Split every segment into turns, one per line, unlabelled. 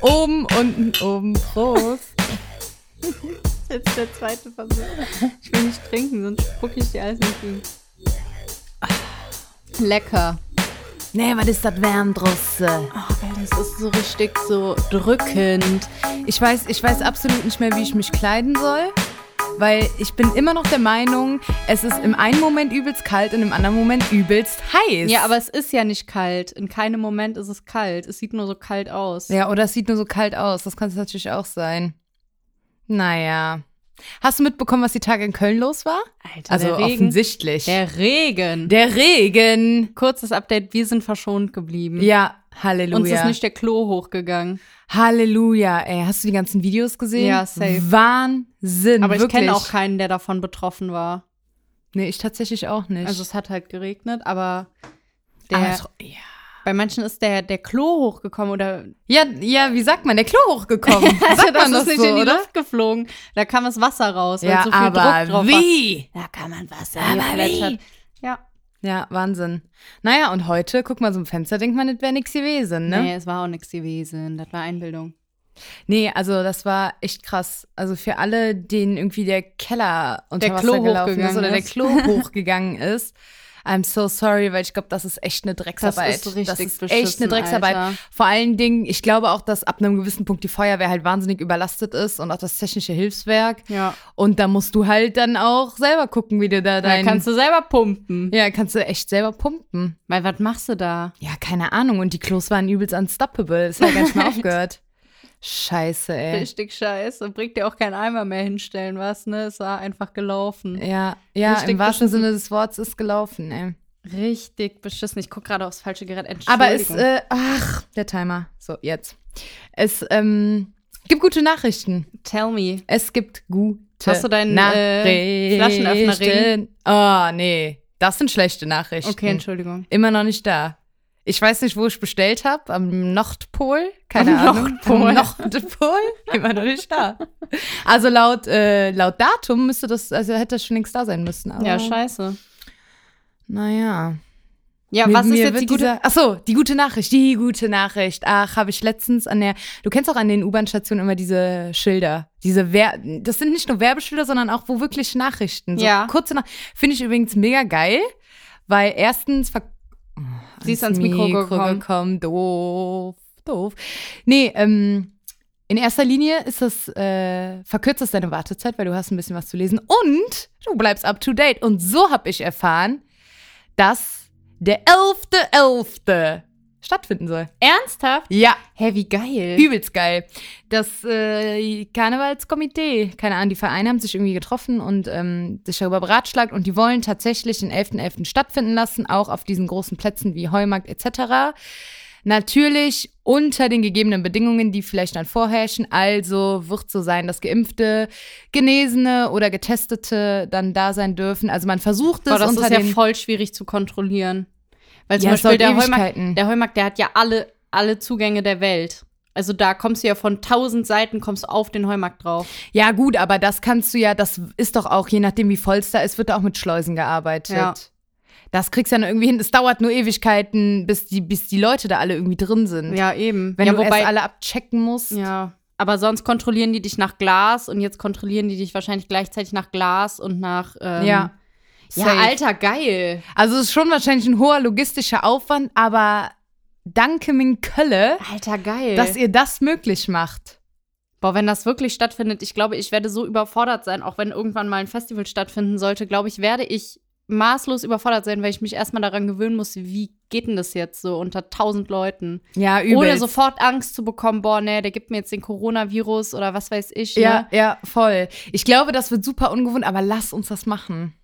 oben, unten, oben. um. Prost.
Das ist jetzt der zweite Versuch. Ich will nicht trinken, sonst spucke ich dir alles entgegen. Lecker.
Nee, was ist das wärm draußen?
Ach, Oh, ey, das ist so richtig so drückend.
Ich weiß, ich weiß absolut nicht mehr, wie ich mich kleiden soll, weil ich bin immer noch der Meinung, es ist im einen Moment übelst kalt und im anderen Moment übelst heiß.
Ja, aber es ist ja nicht kalt. In keinem Moment ist es kalt. Es sieht nur so kalt aus.
Ja, oder es sieht nur so kalt aus. Das kann es natürlich auch sein. Naja. Hast du mitbekommen, was die Tage in Köln los war?
Alter,
Also
der Regen.
offensichtlich.
Der Regen.
Der Regen.
Kurzes Update, wir sind verschont geblieben.
Ja, Halleluja.
Hm. Uns ist nicht der Klo hochgegangen.
Halleluja, ey. Hast du die ganzen Videos gesehen?
Ja, safe.
Wahnsinn.
Aber ich
wirklich.
kenne auch keinen, der davon betroffen war.
Nee, ich tatsächlich auch nicht.
Also es hat halt geregnet, aber der,
Aber tro- ja.
bei manchen ist der, der Klo hochgekommen oder
ja, ja, wie sagt man? Der Klo hochgekommen.
Also
sagt man das
ist nicht
so,
in die
oder?
Luft geflogen. Da kam das Wasser raus, weil
Ja,
so viel
aber
Druck drauf war.
wie?
Da kann man Wasser
Aber
geplätschert. Ja.
Ja, Wahnsinn. Naja, und heute, guck mal, so ein Fenster denkt man, das wäre nichts gewesen, ne?
Nee, es war auch nichts gewesen. Das war Einbildung.
Nee, also das war echt krass. Also für alle, denen irgendwie der Keller unter
Der
Wasser
Klo
gelaufen ist
hochgegangen
oder der
ist.
Klo hochgegangen ist. I'm so sorry, weil ich glaube, das ist echt eine Drecksarbeit.
Das ist richtig
echt eine
beschissen,
Drecksarbeit.
Alter.
Vor allen Dingen, ich glaube auch, dass ab einem gewissen Punkt die Feuerwehr halt wahnsinnig überlastet ist und auch das technische Hilfswerk.
Ja.
Und da musst du halt dann auch selber gucken, wie du da
Da
dein.
kannst du selber pumpen.
ja, kannst du echt selber pumpen.
Weil was machst du da?
Ja, keine Ahnung. Und die Klos waren übelst unstoppable. Das hat gar nicht mehr aufgehört. Scheiße, ey.
Richtig scheiße. Bringt dir auch kein Eimer mehr hinstellen, was, ne? Es war einfach gelaufen.
Ja, ja,
Richtig
im wahrsten Sinne des Wortes ist gelaufen, ey.
Richtig beschissen. Ich gucke gerade aufs falsche Gerät. Entschuldigung.
Aber es, äh, ach, der Timer. So, jetzt. Es ähm, gibt gute Nachrichten.
Tell me.
Es gibt gute
Hast du deinen, äh, Flaschenöffnerring?
Nachrichten. Oh, nee. Das sind schlechte Nachrichten.
Okay, Entschuldigung.
Immer noch nicht da. Ich weiß nicht, wo ich bestellt habe. Am Nordpol? Keine
Am
Ahnung.
Nordpol.
Am Nordpol? Immer noch nicht da. Also laut, äh, laut Datum müsste das, also hätte das schon längst da sein müssen. Aber,
Ja, scheiße.
Naja.
Ja,
Mir-
was ist
mir
jetzt
wird
die gute
Dieser, ach so, die gute Nachricht, die gute Nachricht. Ach, habe ich letztens an der. Du kennst auch an den U-Bahn-Stationen immer diese Schilder, diese Wer Das sind nicht nur Werbeschilder, sondern auch wo wirklich Nachrichten. So
Ja.
Kurze Nachrichten. Finde ich übrigens mega geil, weil erstens ver
Sie ist ans Mikro gekommen.
Doof, doof. Nee, ähm. In erster Linie ist das, äh, verkürzt das deine Wartezeit, weil du hast ein bisschen was zu lesen und du bleibst up to date. Und so habe ich erfahren, dass der 11.11. stattfinden soll.
Ernsthaft?
Ja,
Hä, wie geil.
übelst geil. Das äh, Karnevalskomitee, keine Ahnung, die Vereine haben sich irgendwie getroffen und ähm, sich darüber beratschlagt und die wollen tatsächlich den 11.11. stattfinden lassen, auch auf diesen großen Plätzen wie Heumarkt etc. Natürlich unter den gegebenen Bedingungen, die vielleicht dann vorherrschen. Also wird so sein, dass Geimpfte, Genesene oder Getestete dann da sein dürfen. Also man versucht es
Boah, das
unter
ist ja
den
voll schwierig zu kontrollieren. Weil zum
Ja, es
Beispiel
dauert
der Heumarkt,
Ewigkeiten.
der Heumarkt, der hat ja alle, alle Zugänge der Welt. Also da kommst du ja von tausend Seiten kommst du auf den Heumarkt drauf.
Ja, gut, aber das kannst du ja, das ist doch auch, je nachdem wie voll es da ist, wird da auch mit Schleusen gearbeitet.
Ja.
Das kriegst du ja noch irgendwie hin. Es dauert nur Ewigkeiten, bis die, bis die Leute da alle irgendwie drin sind.
Ja, eben.
Wenn
ja,
du erst alle abchecken musst.
ja. Aber sonst kontrollieren die dich nach Glas und jetzt kontrollieren die dich wahrscheinlich gleichzeitig nach Glas und nach ähm,
Ja.
Ja,
Safe.
alter, geil.
Also es ist schon wahrscheinlich ein hoher logistischer Aufwand, aber danke min Kölle,
Alter, geil.
dass ihr das möglich macht.
Boah, wenn das wirklich stattfindet, ich glaube, ich werde so überfordert sein, auch wenn irgendwann mal ein Festival stattfinden sollte, glaube ich, werde ich maßlos überfordert sein, weil ich mich erstmal daran gewöhnen muss, wie geht denn das jetzt so unter tausend Leuten?
Ja, übel.
Ohne sofort Angst zu bekommen, boah, nee, der gibt mir jetzt den Coronavirus oder was weiß ich.
ja,
Ne?
ja, voll. Ich glaube, das wird super ungewohnt, aber lass uns das machen.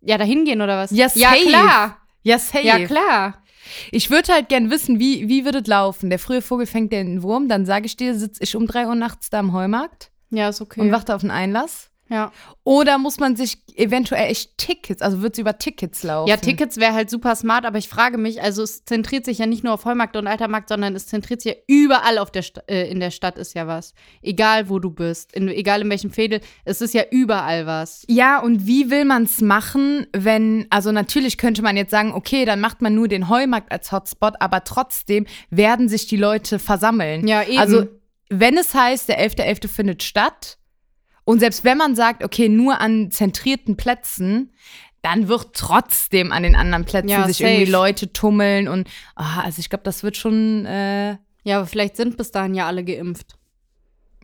Ja, dahin gehen oder was?
Ja,
ja
safe.
klar.
Ja, safe.
Ja, klar.
Ich würde halt gern wissen, wie, wie würde es laufen? Der frühe Vogel fängt den Wurm, dann sage ich dir, sitze ich um drei Uhr nachts da am Heumarkt
Ja, ist okay.
und warte auf den Einlass.
Ja.
Oder muss man sich eventuell echt Tickets, also wird es über Tickets laufen?
Ja, Tickets wäre halt super smart, aber ich frage mich, also es zentriert sich ja nicht nur auf Heumarkt und Altermarkt, sondern es zentriert sich ja überall auf der Sta- äh, in der Stadt ist ja was. Egal wo du bist, in, egal in welchem Fädel, es ist ja überall was.
Ja, und wie will man es machen, wenn, also natürlich könnte man jetzt sagen, okay, dann macht man nur den Heumarkt als Hotspot, aber trotzdem werden sich die Leute versammeln.
Ja, eben.
Also, wenn es heißt, der 11.11. findet statt, und selbst wenn man sagt, okay, nur an zentrierten Plätzen, dann wird trotzdem an den anderen Plätzen
Ja,
sich
safe.
irgendwie Leute tummeln und ah, also ich glaube, das wird schon äh,
Ja, aber vielleicht sind bis dahin ja alle geimpft.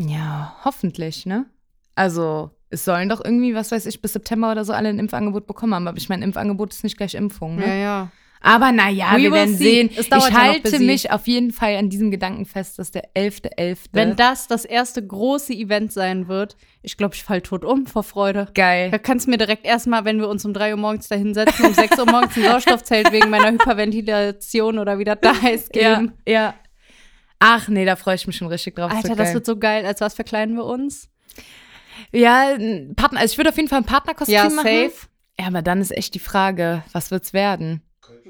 ja, hoffentlich, ne? Also, es sollen doch irgendwie, was weiß ich, bis September oder so alle ein Impfangebot bekommen haben, aber ich mein Impfangebot ist nicht gleich Impfung, ne?
Ja, ja.
Aber naja,
We
wir
will
werden
see.
sehen.
Es
Ich
dauert ja noch,
halte
bis sie-
mich auf jeden Fall an diesem Gedanken fest, dass der 11.11.
Wenn das das erste große Event sein wird, ich glaube, ich fall tot um vor Freude.
geil.
Da kannst du mir direkt erstmal, wenn wir uns um 3 Uhr morgens da hinsetzen, um 6 Uhr morgens ein Sauerstoffzelt wegen meiner Hyperventilation oder wie das da heißt,
Ja,
geben.
ja. Ach nee, da freue ich mich schon richtig drauf.
Alter,
wird
das
geil.
wird so geil. Als was verkleiden wir uns?
Ja, ein Partner, also ich würde auf jeden Fall ein Partnerkostüm
Ja,
machen.
safe.
Ja, aber dann ist echt die Frage, was wird's werden?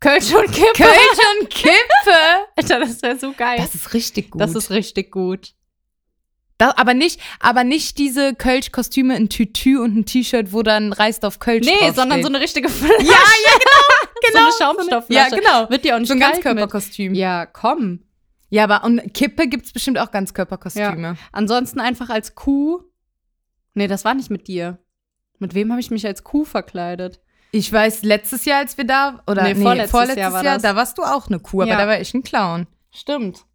Kölsch und Kippe.
Kölsch und Kippe!
Alter, das wäre so geil.
Das ist richtig gut.
Das ist richtig gut.
Da- aber nicht, aber nicht diese Kölsch-Kostüme in Tütü und ein T-Shirt, wo dann Reisdorf Kölsch
Nee,
draufsteht.
sondern so eine richtige Flasche.
Ja, ja, genau,
So eine Schaumstoffflasche.
Ja, genau.
Wird dir auch nicht
so ein
kalt
Ganzkörperkostüm.
mit. Ja, komm.
Ja, aber und Kippe gibt's bestimmt auch Ganzkörperkostüme.
Ansonsten einfach als Kuh. Nee, das war nicht mit dir. Mit wem habe ich mich als Kuh verkleidet?
Ich weiß, letztes Jahr, als wir da, oder
Nee,
nee,
vorletztes
vorletztes,
Jahr
Jahr,
war das.
da warst du auch eine Kuh, aber
Ja.
da war ich ein Clown.
Stimmt.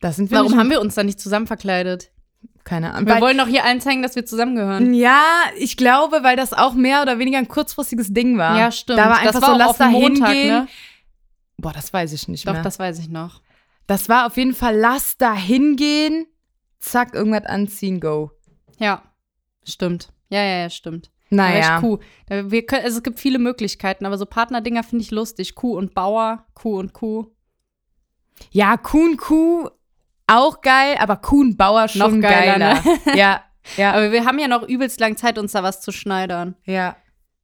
Da sind wir
Warum
nicht,
haben wir uns da nicht zusammen verkleidet?
keine Ahnung.
Wir
Weil-
wollen doch hier allen zeigen, dass wir zusammengehören.
Ja, ich glaube, weil das auch mehr oder weniger ein kurzfristiges Ding war.
Ja, stimmt.
Da war einfach
das war
so,
auch
lass
auf
da
dem Montag,
hingehen.
ne?
Boah, das weiß ich nicht
Doch,
mehr.
das weiß ich noch.
das war auf jeden Fall, lass da hingehen, zack, irgendwas anziehen, go.
Ja, stimmt. Ja, ja, ja, stimmt. Da wär
Naja.
Ich Kuh. Da wir können, also es gibt viele Möglichkeiten, aber so Partnerdinger finde ich lustig. Kuh und Bauer, Kuh und Kuh.
Ja, Kuhn Kuh, auch geil, aber Kuhn Bauer schon
Noch geiler, ne?
geiler. ja, ja,
Aber wir haben ja noch übelst lang Zeit, uns da was zu schneidern.
ja.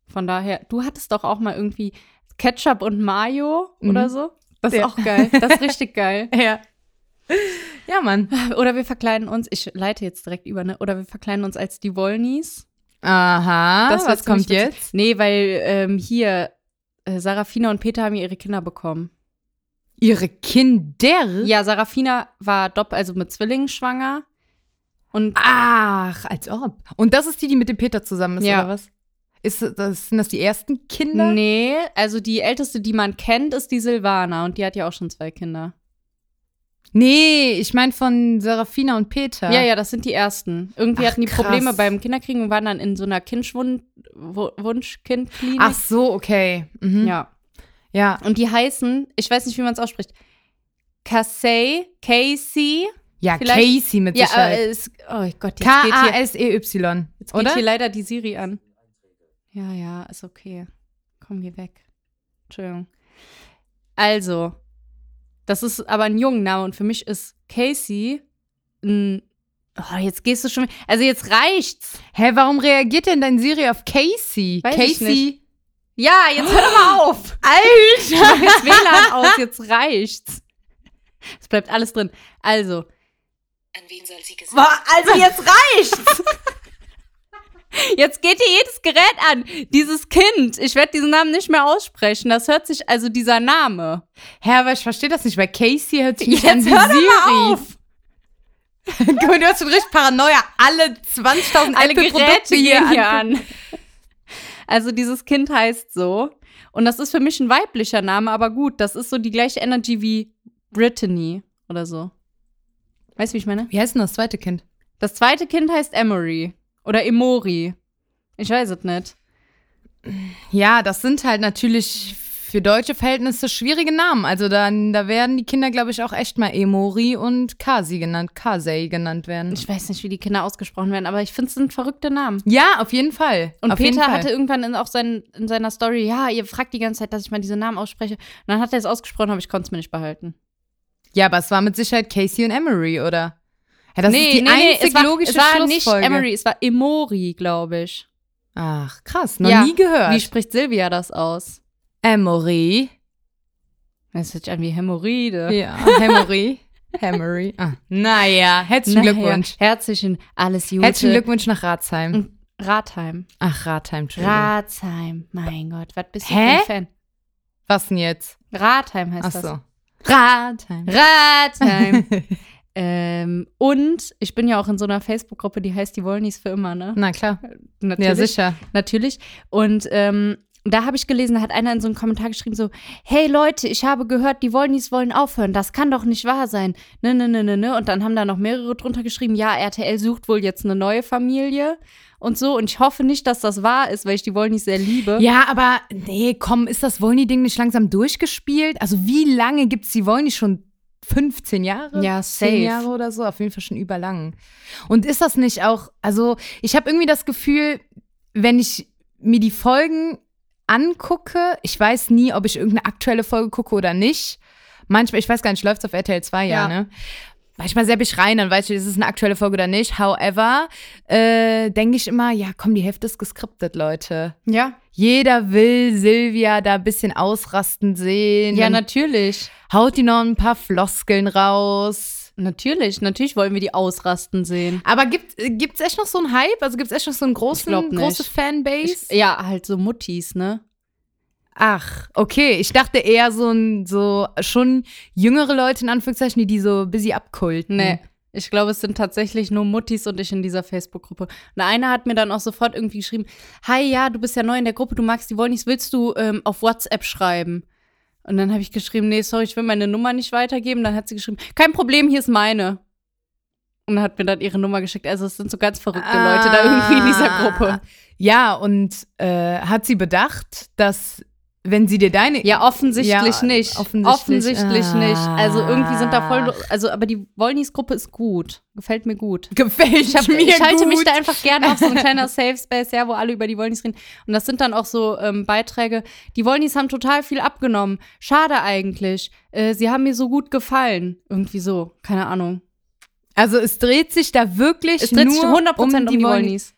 Von daher, du hattest doch auch mal irgendwie Ketchup und Mayo
Mhm.
oder so. Das ist
Ja.
auch geil. Das ist richtig geil.
Ja. Ja, Mann.
Oder wir verkleiden uns, ich leite jetzt direkt über, ne? Oder wir verkleiden uns als die Wollnies.
Aha,
Das
das
wird
Ah, was kommt
ziemlich
jetzt?
Nee, weil ähm, hier äh, Sarafina und Peter haben ja ihre Kinder bekommen.
Ihre Kinder?
Ja, Sarafina war doppelt, also mit Zwillingen schwanger. Und
Ach, als ob. Und das ist die, die mit dem Peter zusammen ist,
Ja.
oder was? Ist das, sind das die ersten Kinder?
nee, also die älteste, die man kennt, ist die Silvana und die hat ja auch schon zwei Kinder.
Nee, ich meine von Serafina und Peter.
Ja, ja, das sind die ersten. Irgendwie
Ach,
hatten die
krass.
Probleme beim Kinderkriegen und waren dann in so einer Kindschwunschkindklinik.
Ach so, okay. Mhm. Ja.
ja.
ja.
Und die heißen, ich weiß nicht, wie man es ausspricht. Casey, Casey. Vielleicht-
Casey mit
Ja, aber
Sicherheit.
es, oh Gott, jetzt geht hier
K-A-S-E-Y,
Jetzt geht
E oder?
hier leider die Siri an. Ja, ja, ist okay. Komm, geh weg. Entschuldigung. Also, das ist aber ein Jungenname und für mich ist Casey ein. Oh, jetzt gehst du schon. Also, jetzt reicht's.
Hä, warum reagiert denn dein Siri auf Casey?
Weiß ich
Casey.
nicht. Ja, jetzt hör doch mal auf.
Alter!
Mach jetzt WLAN aus, jetzt reicht's. Es bleibt alles drin. Also,
An wen soll sie gesendet
also jetzt reicht's. Jetzt geht hier jedes Gerät an. Dieses Kind, ich werde diesen Namen nicht mehr aussprechen. Das hört sich also dieser Name.
Hä, aber ich verstehe das nicht, weil Casey hört sich nicht
Jetzt
an wie
hör doch
Siri.
mal auf.
Guck mal, du hast schon richtig Paranoia. Alle 20.000
Alle
Apple-Produkte
Geräte
hier
gehen hier
an.
an. Also dieses Kind heißt so und das ist für mich ein weiblicher Name, aber gut, das ist so die gleiche Energy wie Brittany oder so. Weißt du, wie ich meine?
Wie heißt denn das zweite Kind?
Das zweite Kind heißt Emory oder Emory. Ich weiß es nicht.
Ja, das sind halt natürlich für deutsche Verhältnisse schwierige Namen. Also dann, da werden die Kinder, glaube ich, auch echt mal Emori und Kasi genannt, Kasei genannt werden.
Ich weiß nicht, wie die Kinder ausgesprochen werden, aber ich finde es sind verrückte Namen.
ja, auf jeden Fall.
Und
auf jeden
Peter
Fall.
hatte irgendwann in, auch sein, in seiner Story, ja, ihr fragt die ganze Zeit, dass ich mal diese Namen ausspreche. Und dann hat er es ausgesprochen, aber ich konnte es mir nicht behalten.
Ja, aber es war mit Sicherheit Casey und Emery, oder? Ja, das
nee,
ist die
nee, nee,
einzig
es war,
logische
es war nicht
Schlussfolge.
Emery, es war Emori, glaube ich.
Ach, krass, noch
Ja.
nie gehört.
Wie spricht Silvia das aus?
Emery.
Das hört sich an wie Hämorrhoide.
Ja, Emery. Emery. Ah, naja, herzlichen
Naja,
Glückwunsch.
Herzlichen, alles Gute.
Herzlichen Glückwunsch nach Ratsheim.
Und Ratheim.
Ach, Ratsheim, Entschuldigung.
Ratsheim, mein Gott, was bist du
Hä?
für ein
Was denn jetzt?
Fan? Ratheim heißt
Ach
das.
so. Ratsheim.
Ratheim. ähm, und ich bin ja auch in so einer Facebook-Gruppe, die heißt Die Wollnies für immer, ne?
Na klar.
Natürlich.
Ja, sicher.
Natürlich. Und ähm, da habe ich gelesen, da hat einer in so einen Kommentar geschrieben so, hey Leute, ich habe gehört, die Wollnies wollen aufhören, das kann doch nicht wahr sein. Ne, ne, ne, ne, ne. Und dann haben da noch mehrere drunter geschrieben, ja, RTL sucht wohl jetzt eine neue Familie und so. Und ich hoffe nicht, dass das wahr ist, weil ich die Wollnies sehr liebe.
Ja, aber nee, komm, ist das Wollny-Ding nicht langsam durchgespielt? Also wie lange gibt es die Wollny schon? 15 Jahre?
Ja,
10
safe.
Jahre oder so, auf jeden Fall schon überlang. Und ist das nicht auch, also ich habe irgendwie das Gefühl, wenn ich mir die Folgen angucke, ich weiß nie, ob ich irgendeine aktuelle Folge gucke oder nicht. Manchmal, ich weiß gar nicht, läuft's auf RTL 2, ja,
Ja.
ne? Manchmal sepp ich rein, dann weiß ich, ist es eine aktuelle Folge oder nicht. However, äh, denke ich immer, ja, komm, die Hälfte ist geskriptet, Leute.
Ja,
Jeder will Silvia da ein bisschen ausrasten sehen.
ja
Dann
natürlich.
haut die noch ein paar Floskeln raus.
Natürlich, natürlich wollen wir die ausrasten sehen.
Aber gibt es echt noch so einen Hype? Also gibt es echt noch so einen
glaub
großen,
nicht.
große Fanbase?
Ich, ja, halt so Muttis, ne?
Ach, okay. Ich dachte eher so ein, so schon jüngere Leute in Anführungszeichen, die die so busy abkulten.
Nee. Ich glaube, es sind tatsächlich nur Muttis und ich in dieser Facebook-Gruppe. Und einer hat mir dann auch sofort irgendwie geschrieben: Hi, ja, du bist ja neu in der Gruppe, du magst die wollen nicht, willst du ähm, auf WhatsApp schreiben? Und dann habe ich geschrieben: Nee, sorry, ich will meine Nummer nicht weitergeben. Dann hat sie geschrieben: Kein Problem, hier ist meine. Und hat mir dann ihre Nummer geschickt. Also, es sind so ganz verrückte Leute da irgendwie in dieser
Ah.
Gruppe.
Ja, und äh, hat sie bedacht, dass wenn sie dir deine.
Ja, offensichtlich
Ja,
nicht.
offensichtlich. Ah.
Offensichtlich, nicht. Also, irgendwie sind da voll.
Ach.
Also, aber die Wollnis-Gruppe ist gut. Gefällt mir gut.
gefällt
Ich, hab,
mir
ich halte
gut.
mich da einfach gerne auf so ein kleiner Safe Space, ja, wo alle über die Wollnis reden. Und das sind dann auch so ähm, Beiträge. Die Wollnis haben total viel abgenommen. Schade eigentlich. Äh, sie haben mir so gut gefallen. Irgendwie so. Keine Ahnung.
Also es dreht sich da wirklich
Es dreht
nur
sich 100% um,
um
um die Wollnis.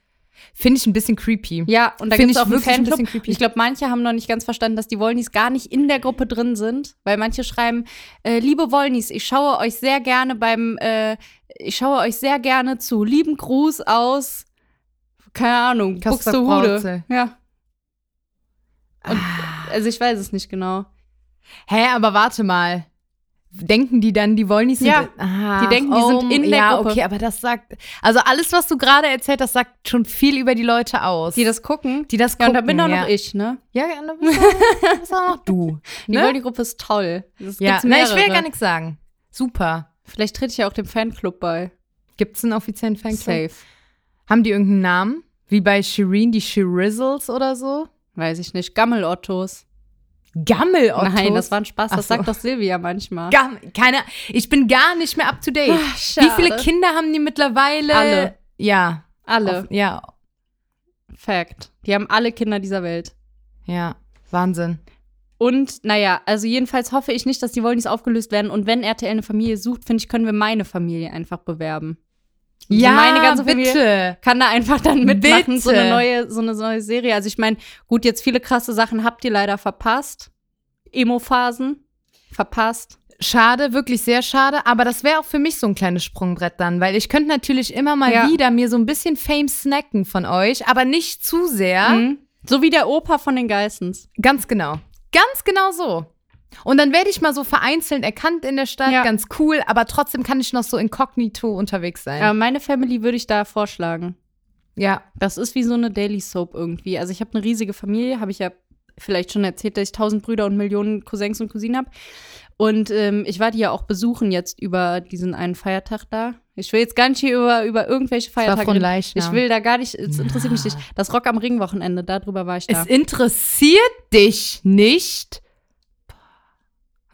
Finde ich ein bisschen creepy.
Ja, und da
Find
gibt es
ich
auch einen
wirklich ein
Fanclub.
bisschen creepy.
ich glaube, manche haben noch nicht ganz verstanden, dass die Wollnis gar nicht in der Gruppe drin sind, weil manche schreiben, äh, liebe Wollnis, ich schaue euch sehr gerne beim, äh, ich schaue euch sehr gerne zu. Lieben Gruß aus, keine Ahnung,
Kaspar Brauzel.
Buxtehude. Ja. Und,
Ah.
Also ich weiß es nicht genau.
Hä, aber warte mal. Denken die dann, die wollen nicht sind,
Ja,
Ah,
die denken, die sind in der
ja,
Gruppe.
okay, aber das sagt also alles was du gerade erzählt, das sagt schon viel über die Leute aus.
Die das gucken.
die das
ja, und da
gucken,
bin auch
ja.
noch ich, ne?
Ja, ja, da bist auch- da bist auch noch du.
Die
Ne?
Wollnis-Gruppe ist toll. Es
Ja,
gibt's
Nein, ich will
mehrere.
gar nichts sagen. Super.
Vielleicht trete ich ja auch dem Fanclub bei.
Gibt's einen offiziellen Fanclub?
Safe.
Haben die irgendeinen Namen? Wie bei Shireen, die Shirizzles oder so?
Weiß ich nicht. Gammel-Ottos.
gammel
Nein, das war ein Spaß.
Ach
Das
so.
sagt doch Silvia manchmal.
Gar, keine, ich bin gar nicht mehr up to date.
Ach,
Wie
Ah, schade.
viele Kinder haben die mittlerweile?
Alle.
Ja.
Alle.
Auf, ja.
Fact. Die haben alle Kinder dieser Welt.
Ja. Wahnsinn.
Und naja, also jedenfalls hoffe ich nicht, dass die Wollnis aufgelöst werden. Und wenn RTL eine Familie sucht, finde ich, können wir meine Familie einfach bewerben. Also
ja,
meine ganze Familie
bitte.
kann da einfach dann mitmachen. So
Bitte.
eine neue, so eine neue Serie. Also ich meine, gut, jetzt viele krasse Sachen habt ihr leider verpasst. Emo-Phasen verpasst.
Schade, wirklich sehr schade. Aber das wäre auch für mich so ein kleines Sprungbrett dann, weil ich könnte natürlich immer mal
Ja.
wieder mir so ein bisschen Fame snacken von euch, aber nicht zu sehr.
Mhm. So wie der Opa von den Geissens.
Ganz genau. Ganz genau so. Und dann werde ich mal so vereinzelt erkannt in der Stadt,
Ja.
ganz cool, aber trotzdem kann ich noch so inkognito unterwegs sein.
Aber meine Family würde ich da vorschlagen.
ja.
Das ist wie so eine Daily Soap irgendwie. Also ich habe eine riesige Familie, habe ich ja vielleicht schon erzählt, dass ich tausend Brüder und Millionen Cousins und Cousinen habe. Und ähm, ich war die ja auch besuchen jetzt über diesen einen Feiertag da. Ich will jetzt gar nicht hier über, über irgendwelche Feiertage
von
reden.
Leichnam.
Ich will da gar nicht, es interessiert mich nicht. Das Rock am Ring Wochenende, darüber war ich da.
Es interessiert dich nicht.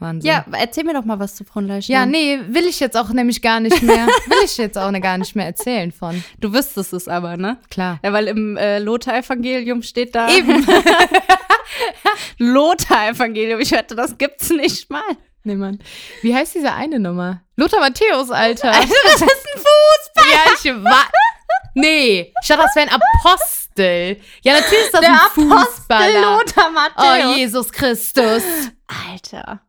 Wahnsinn.
ja, erzähl mir doch mal was zu Frauenleichen.
Ja, nee, will ich jetzt auch nämlich gar nicht mehr. Will ich jetzt auch ne, gar nicht mehr erzählen von.
Du wüsstest es aber, ne?
Klar.
Ja, weil im äh, Lothar-Evangelium steht da.
Äh, Eben.
Lothar-Evangelium. Ich hörte, das gibt's nicht mal.
Nee, Mann. Wie heißt diese eine Nummer? Lothar Matthäus, Alter.
Alter, das Also, ist ein Fuß.
ja, ich war. Nee, ich dachte, das wäre ein Apostel. Ja, natürlich ist das
Der
ein
Apostel
Fußballer.
Lothar
Oh,
Matthäus.
Jesus Christus.
Alter.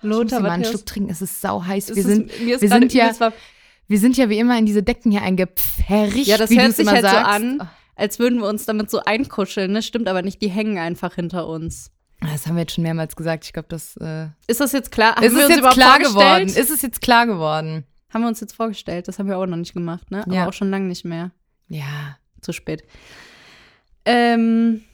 Lothar,
Lothar
mal einen
Matthäus.
Schluck trinken, es ist sau heiß.
Es
Wir
ist-
sind,
mir ist
wir
gerade
sind ja-
übelst war-
wir sind ja wie immer in diese Decken hier eingepfercht.
Ja, das
wie
hört
du's
sich
immer
halt so
sagst.
an. als würden wir uns damit so einkuscheln. Ne? Stimmt aber nicht, die hängen einfach hinter uns.
Ah, Das haben wir jetzt schon mehrmals gesagt. Ich glaube, das äh,
Ist das jetzt klar? Haben
ist
wir
es
uns
jetzt
überhaupt
klar geworden.
vorgestellt?
Ist es jetzt klar geworden?
Haben wir uns jetzt vorgestellt? Das haben wir auch noch nicht gemacht, ne? Aber
Ja.
auch schon lange nicht mehr.
Ja.
Zu spät. Ähm,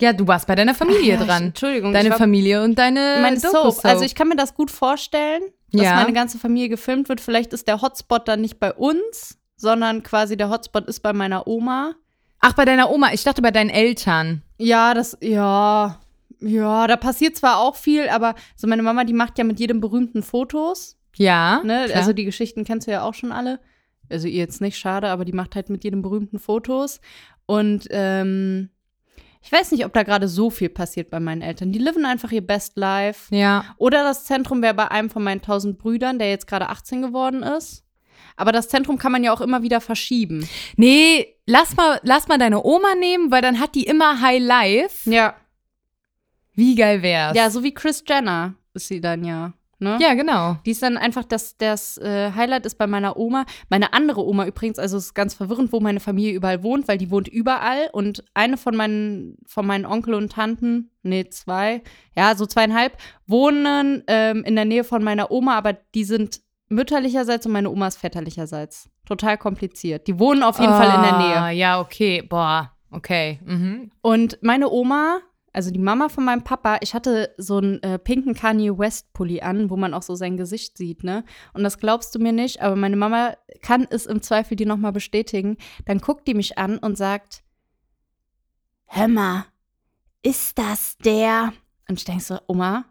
Ja, du warst bei deiner Familie
Ah, ja, Ich,
dran.
Entschuldigung.
Deine
ich war-
Familie und deine
Meine
Doku-Soap.
Soap. Also ich kann mir das gut vorstellen, dass
Ja.
meine ganze Familie gefilmt wird. Vielleicht ist der Hotspot dann nicht bei uns, sondern quasi der Hotspot ist bei meiner Oma.
Ach, bei deiner Oma. Ich dachte bei deinen Eltern.
Ja, das, ja, ja, da passiert zwar auch viel, aber so meine Mama, die macht ja mit jedem berühmten Fotos.
Ja.
Ne?
klar.
Also die Geschichten kennst du ja auch schon alle. Also ihr jetzt nicht, schade, aber die macht halt mit jedem berühmten Fotos. Und ähm, ich weiß nicht, ob da gerade so viel passiert bei meinen Eltern. Die liven einfach ihr Best Life.
ja.
Oder das Zentrum wäre bei einem von meinen tausend Brüdern, der jetzt gerade 18 geworden ist. Aber das Zentrum kann man ja auch immer wieder verschieben.
Nee, lass mal, lass mal deine Oma nehmen, weil dann hat die immer High Life.
Ja.
Wie geil wär's?
Ja, so wie Chris Jenner ist sie dann ja. Ne?
ja genau.
Die ist dann einfach, das, das äh, Highlight ist bei meiner Oma. Meine andere Oma übrigens, also es ist ganz verwirrend, wo meine Familie überall wohnt, weil die wohnt überall. Und eine von meinen, von meinen Onkel und Tanten, nee, zwei, ja, so zweieinhalb, wohnen ähm, in der Nähe von meiner Oma, aber die sind mütterlicherseits und meine Oma ist väterlicherseits. Total kompliziert. Die wohnen auf jeden Fall in der Nähe.
Ah, Ja, okay. Boah. Okay. Mhm.
Und meine Oma, also die Mama von meinem Papa, ich hatte so einen äh, pinken Kanye West Pulli an, wo man auch so sein Gesicht sieht, ne? Und das glaubst du mir nicht, aber meine Mama kann es im Zweifel dir nochmal bestätigen. Dann guckt die mich an und sagt, Hör mal, ist das der? Und ich denke so, Oma,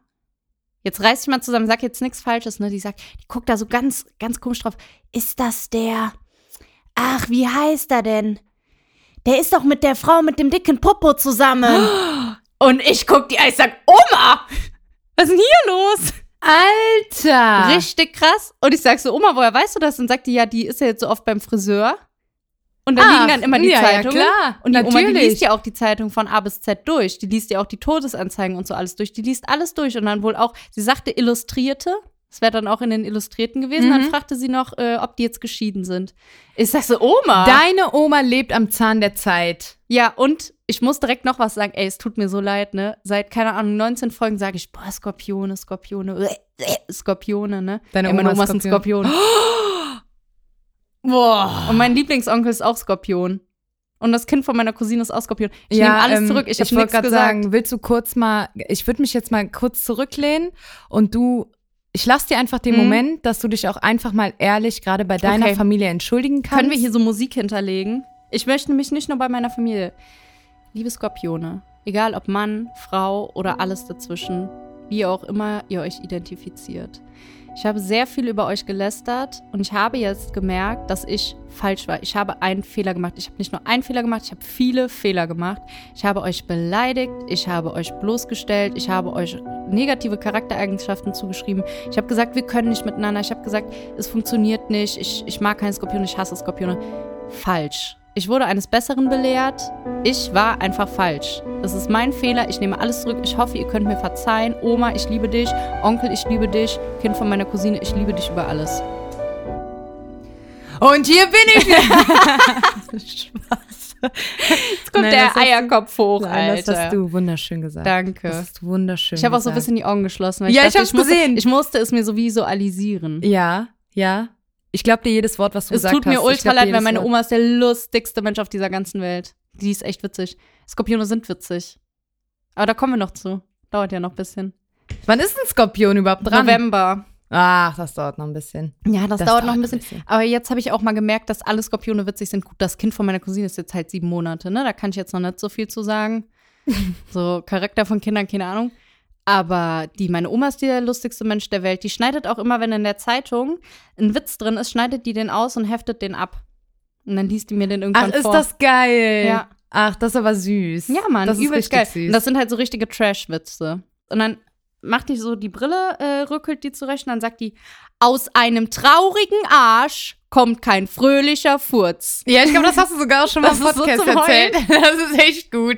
jetzt reiß dich mal zusammen, sag jetzt nichts Falsches, ne? Die sagt, die guckt da so ganz, ganz komisch drauf. Ist das der? Ach, wie heißt er denn? Der ist doch mit der Frau mit dem dicken Popo zusammen. Und ich guck die an, ich sag, Oma, was ist denn hier los?
Alter.
Richtig krass. Und ich sag so, Oma, woher weißt du das? Und sagt die, ja, die ist ja jetzt so oft beim Friseur. Und da
Ach,
liegen dann immer die
ja,
Zeitungen.
Ja, klar.
Und die
Natürlich.
Oma, die liest ja auch die Zeitung von A bis Z durch. Die liest ja auch die Todesanzeigen und so alles durch. Die liest alles durch. Und dann wohl auch, sie sagte Illustrierte. Das wäre dann auch in den Illustrierten gewesen. Dann
Mhm.
fragte sie noch, äh, ob die jetzt geschieden sind. Ich sag so, Oma.
Deine Oma lebt am Zahn der Zeit.
Ja, und ich muss direkt noch was sagen. Ey, es tut mir so leid, ne? Seit, keine Ahnung, 19 Folgen sage ich, boah, Skorpione, Skorpione, äh, äh, Skorpione, ne?
Deine
Ey, meine
Oma ist
ein Skorpion.
Boah.
Und mein Lieblingsonkel ist auch Skorpion. Und das Kind von meiner Cousine ist auch Skorpion. Ich nehme alles
ähm,
zurück, ich habe
wollte
nichts
grad
gesagt.
Sagen, willst du kurz mal, ich würde mich jetzt mal kurz zurücklehnen und du, ich lasse dir einfach den
Mhm.
Moment, dass du dich auch einfach mal ehrlich gerade bei deiner
Okay.
Familie entschuldigen kannst.
Können wir hier so Musik hinterlegen? Ich möchte mich nicht nur bei meiner Familie. Liebe Skorpione, egal ob Mann, Frau oder alles dazwischen, wie auch immer ihr euch identifiziert. Ich habe sehr viel über euch gelästert und ich habe jetzt gemerkt, dass ich falsch war. Ich habe einen Fehler gemacht. Ich habe nicht nur einen Fehler gemacht, ich habe viele Fehler gemacht. Ich habe euch beleidigt, ich habe euch bloßgestellt, ich habe euch negative Charaktereigenschaften zugeschrieben. Ich habe gesagt, wir können nicht miteinander. Ich habe gesagt, es funktioniert nicht. Ich, ich mag keine Skorpione, ich hasse Skorpione. Falsch. Ich wurde eines Besseren belehrt. Ich war einfach falsch. Das ist mein Fehler. Ich nehme alles zurück. Ich hoffe, ihr könnt mir verzeihen. Oma, ich liebe dich. Onkel, ich liebe dich. Kind von meiner Cousine, ich liebe dich über alles.
Und hier bin ich.
Jetzt kommt
Nein, das
der
hast du-
Eierkopf hoch,
Nein,
Alter.
das hast du wunderschön gesagt. Das
Danke.
hast du wunderschön
Ich habe auch so ein
gesagt.
bisschen die Augen geschlossen.
Ja, ich
dachte,
hab's
musste,
gesehen.
Ich musste es mir so visualisieren.
Ja, ja. Ich glaube dir jedes Wort, was du
Es
gesagt hast.
tut mir
Ich
ultra
glaub dir
leid, weil
jedes
meine
Wort.
Oma ist der lustigste Mensch auf dieser ganzen Welt. Die ist echt witzig. Skorpione sind witzig. Aber da kommen wir noch zu. Dauert ja noch ein bisschen.
Wann ist ein Skorpion überhaupt dran?
November.
Ach, das dauert noch ein bisschen.
Ja, das,
Das
dauert noch ein bisschen. Aber jetzt habe ich auch mal gemerkt, dass alle Skorpione witzig sind. Gut, das Kind von meiner Cousine ist jetzt halt sieben Monate, ne? Da kann ich jetzt noch nicht so viel zu sagen. so Charakter von Kindern, keine Ahnung. Aber die, meine Oma ist der lustigste Mensch der Welt. Die schneidet auch immer, wenn in der Zeitung ein Witz drin ist, schneidet die den aus und heftet den ab. Und dann liest die mir den
Ach,
irgendwann
ist
vor.
das geil.
Ja.
Ach, das ist aber süß.
ja, Mann,
das ist richtig
übelst geil.
süß.
Und das sind halt so richtige Trash-Witze. Und dann macht die so die Brille, äh, rückelt die zurecht und dann sagt die, aus einem traurigen Arsch kommt kein fröhlicher Furz.
Ja, ich glaube, das hast du sogar auch schon mal
Das
im
ist so
Podcast
zum Heulen.
erzählt. Das ist echt gut.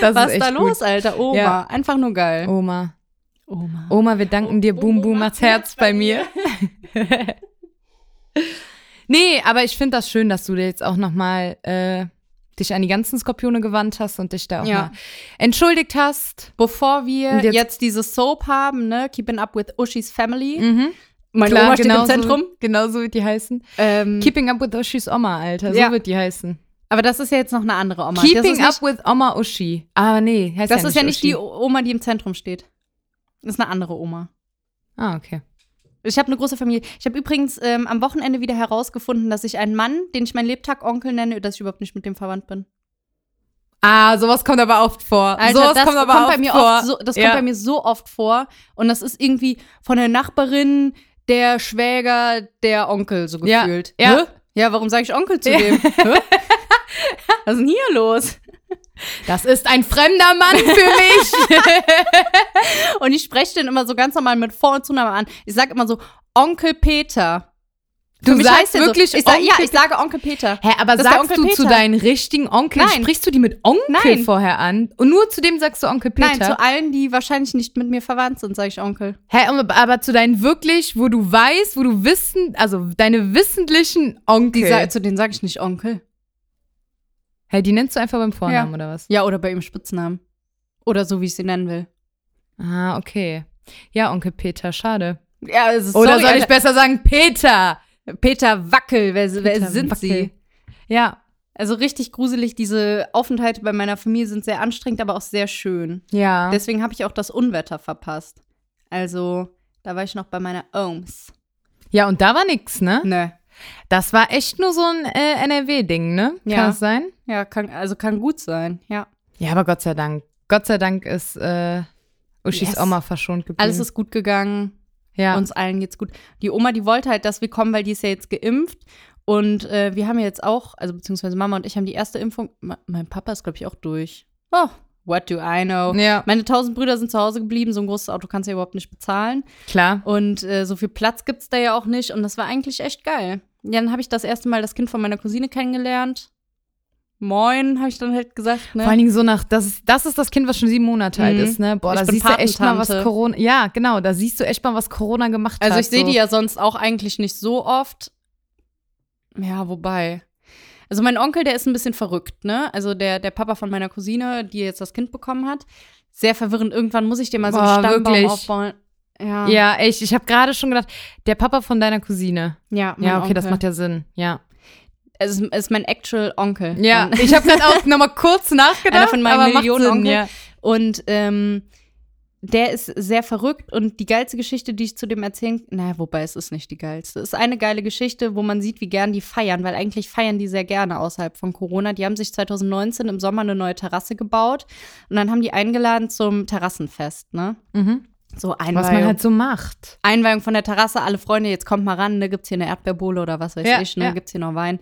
Das
Was
ist echt
ist da los, Alter? Oma.
Ja.
Einfach nur geil.
Gut. Oma.
Oma.
Oma, wir danken dir. Boom, boom, macht's Herz bei mir. nee, aber ich finde das schön, dass du dir jetzt auch nochmal äh, dich an die ganzen Skorpione gewandt hast und dich da auch
Ja.
mal entschuldigt hast.
Bevor wir
Und
jetzt,
jetzt-
diese Soap haben, ne, Keeping Up with Ushis Family.
Mhm.
Meine
Klar,
Oma steht
genau
im
so-
Zentrum.
Genau so wird die heißen.
Ähm,
Keeping up with Ushis Oma, Alter. So
Ja.
wird die heißen.
aber das ist ja jetzt noch eine andere Oma. das ist
Keeping
nicht,
up with Oma Ushi. Ah, nee. Heißt
das
ja
ist ja nicht
Uschi.
die O- Oma, die im Zentrum steht. Das ist eine andere Oma.
Ah, okay.
Ich habe eine große Familie. Ich habe übrigens ähm, am Wochenende wieder herausgefunden, dass ich einen Mann, den ich meinen Lebtag Onkel nenne, dass ich überhaupt nicht mit dem verwandt bin.
Ah, sowas kommt aber oft vor. sowas
das
kommt aber oft
bei mir
vor.
Oft so, das
Ja.
kommt bei mir so oft vor. Und das ist irgendwie von der Nachbarin, der Schwäger, der Onkel so
Ja,
gefühlt.
ja.
Hä? ja warum sage ich Onkel zu dem? Hä? Was ist denn hier los?
Das ist ein fremder Mann für mich.
Und ich spreche den immer so ganz normal mit Vor- und Zunahmen an. Ich sage immer so, Onkel Peter. Für
Du
mich
sagst
heißt der
wirklich
so. ich sag,
Onkel
Ja, ich sage Onkel Peter.
Hä, aber
Das ist der
sagst
Onkel
du zu
Peter.
deinen richtigen Onkel,
Nein.
sprichst du die mit Onkel
Nein.
vorher an? Und nur zu dem sagst du Onkel Peter?
Nein, zu allen, die wahrscheinlich nicht mit mir verwandt sind, sage ich Onkel.
Hä, aber- aber zu deinen wirklich, wo du weißt, wo du wissen, also deine wissentlichen
Die
Onkel.
sa- zu denen sage ich nicht Onkel.
Hä, die nennst du einfach beim Vornamen oder was?
Ja, oder bei ihrem Spitznamen. Oder so, wie ich sie nennen will.
Ah, okay. Ja, Onkel Peter, schade.
Ja, also,
Oder
sorry,
soll ich besser sagen Peter?
Alter. Peter Wackel, wer, wer
Peter
sind
Wackel.
sie?
Ja,
Also richtig gruselig, diese Aufenthalte bei meiner Familie sind sehr anstrengend, aber auch sehr schön.
ja.
Deswegen habe ich auch das Unwetter verpasst. Also, da war ich noch bei meiner Ohms.
ja, und da war nix, ne?
Ne.
Das war echt nur so ein äh, NRW-Ding, ne? Kann
Ja.
das sein?
Ja, kann, also kann gut sein, ja.
Ja, aber Gott sei Dank. Gott sei Dank ist äh, Uschis
Yes.
Oma verschont geblieben.
Alles ist gut gegangen,
ja.
uns allen geht's gut. Die Oma, die wollte halt, dass wir kommen, weil die ist ja jetzt geimpft. Und äh, wir haben ja jetzt auch, also beziehungsweise Mama und ich haben die erste Impfung. Ma- mein Papa ist, glaube ich, auch durch. Oh, what do I know?
ja,
Meine tausend Brüder sind zu Hause geblieben, so ein großes Auto kannst du ja überhaupt nicht bezahlen.
klar.
Und äh, so viel Platz gibt's da ja auch nicht. Und das war eigentlich echt geil. Ja, dann habe ich das erste Mal das Kind von meiner Cousine kennengelernt. Moin, habe ich dann halt gesagt. Ne?
Vor allen Dingen so nach, das ist, das ist das Kind, was schon sieben Monate alt
Mhm.
ist, ne? Boah,
Ich
da
bin
siehst du echt mal, was
Patentante.
Corona. Ja, genau, da siehst du echt mal, was Corona gemacht hat.
Also ich sehe
so.
die ja sonst auch eigentlich nicht so oft. Ja, wobei. Also mein Onkel, der ist ein bisschen verrückt, ne? Also der, der Papa von meiner Cousine, die jetzt das Kind bekommen hat. Sehr verwirrend. Irgendwann muss ich dir mal so
Boah,
einen Stammbaum
wirklich?
aufbauen. Ja.
Ja, echt. Ich habe gerade schon gedacht, der Papa von deiner Cousine.
Ja, mein
Ja, okay,
Onkel.
das macht ja Sinn. Ja.
Es ist, es ist mein actual Onkel.
Ja,
Und,
ich habe gerade auch nochmal kurz nachgedacht.
Einer von meinen
aber macht
Millionen
Sinn,
Onkel.
Ja.
und ähm, der ist sehr verrückt und die geilste Geschichte, die ich zu dem erzählen, naja, wobei es ist nicht die geilste. Es ist eine geile Geschichte, wo man sieht, wie gern die feiern, weil eigentlich feiern die sehr gerne außerhalb von Corona. Die haben sich 2019 im Sommer eine neue Terrasse gebaut und dann haben die eingeladen zum Terrassenfest, ne?
Mhm.
So
Was
Einweihung.
man halt so macht.
Einweihung von der Terrasse, alle Freunde, jetzt kommt mal ran, ne, gibt's hier eine Erdbeerbohle oder was weiß
Ja,
ich, ne,
ja.
gibt's hier noch Wein.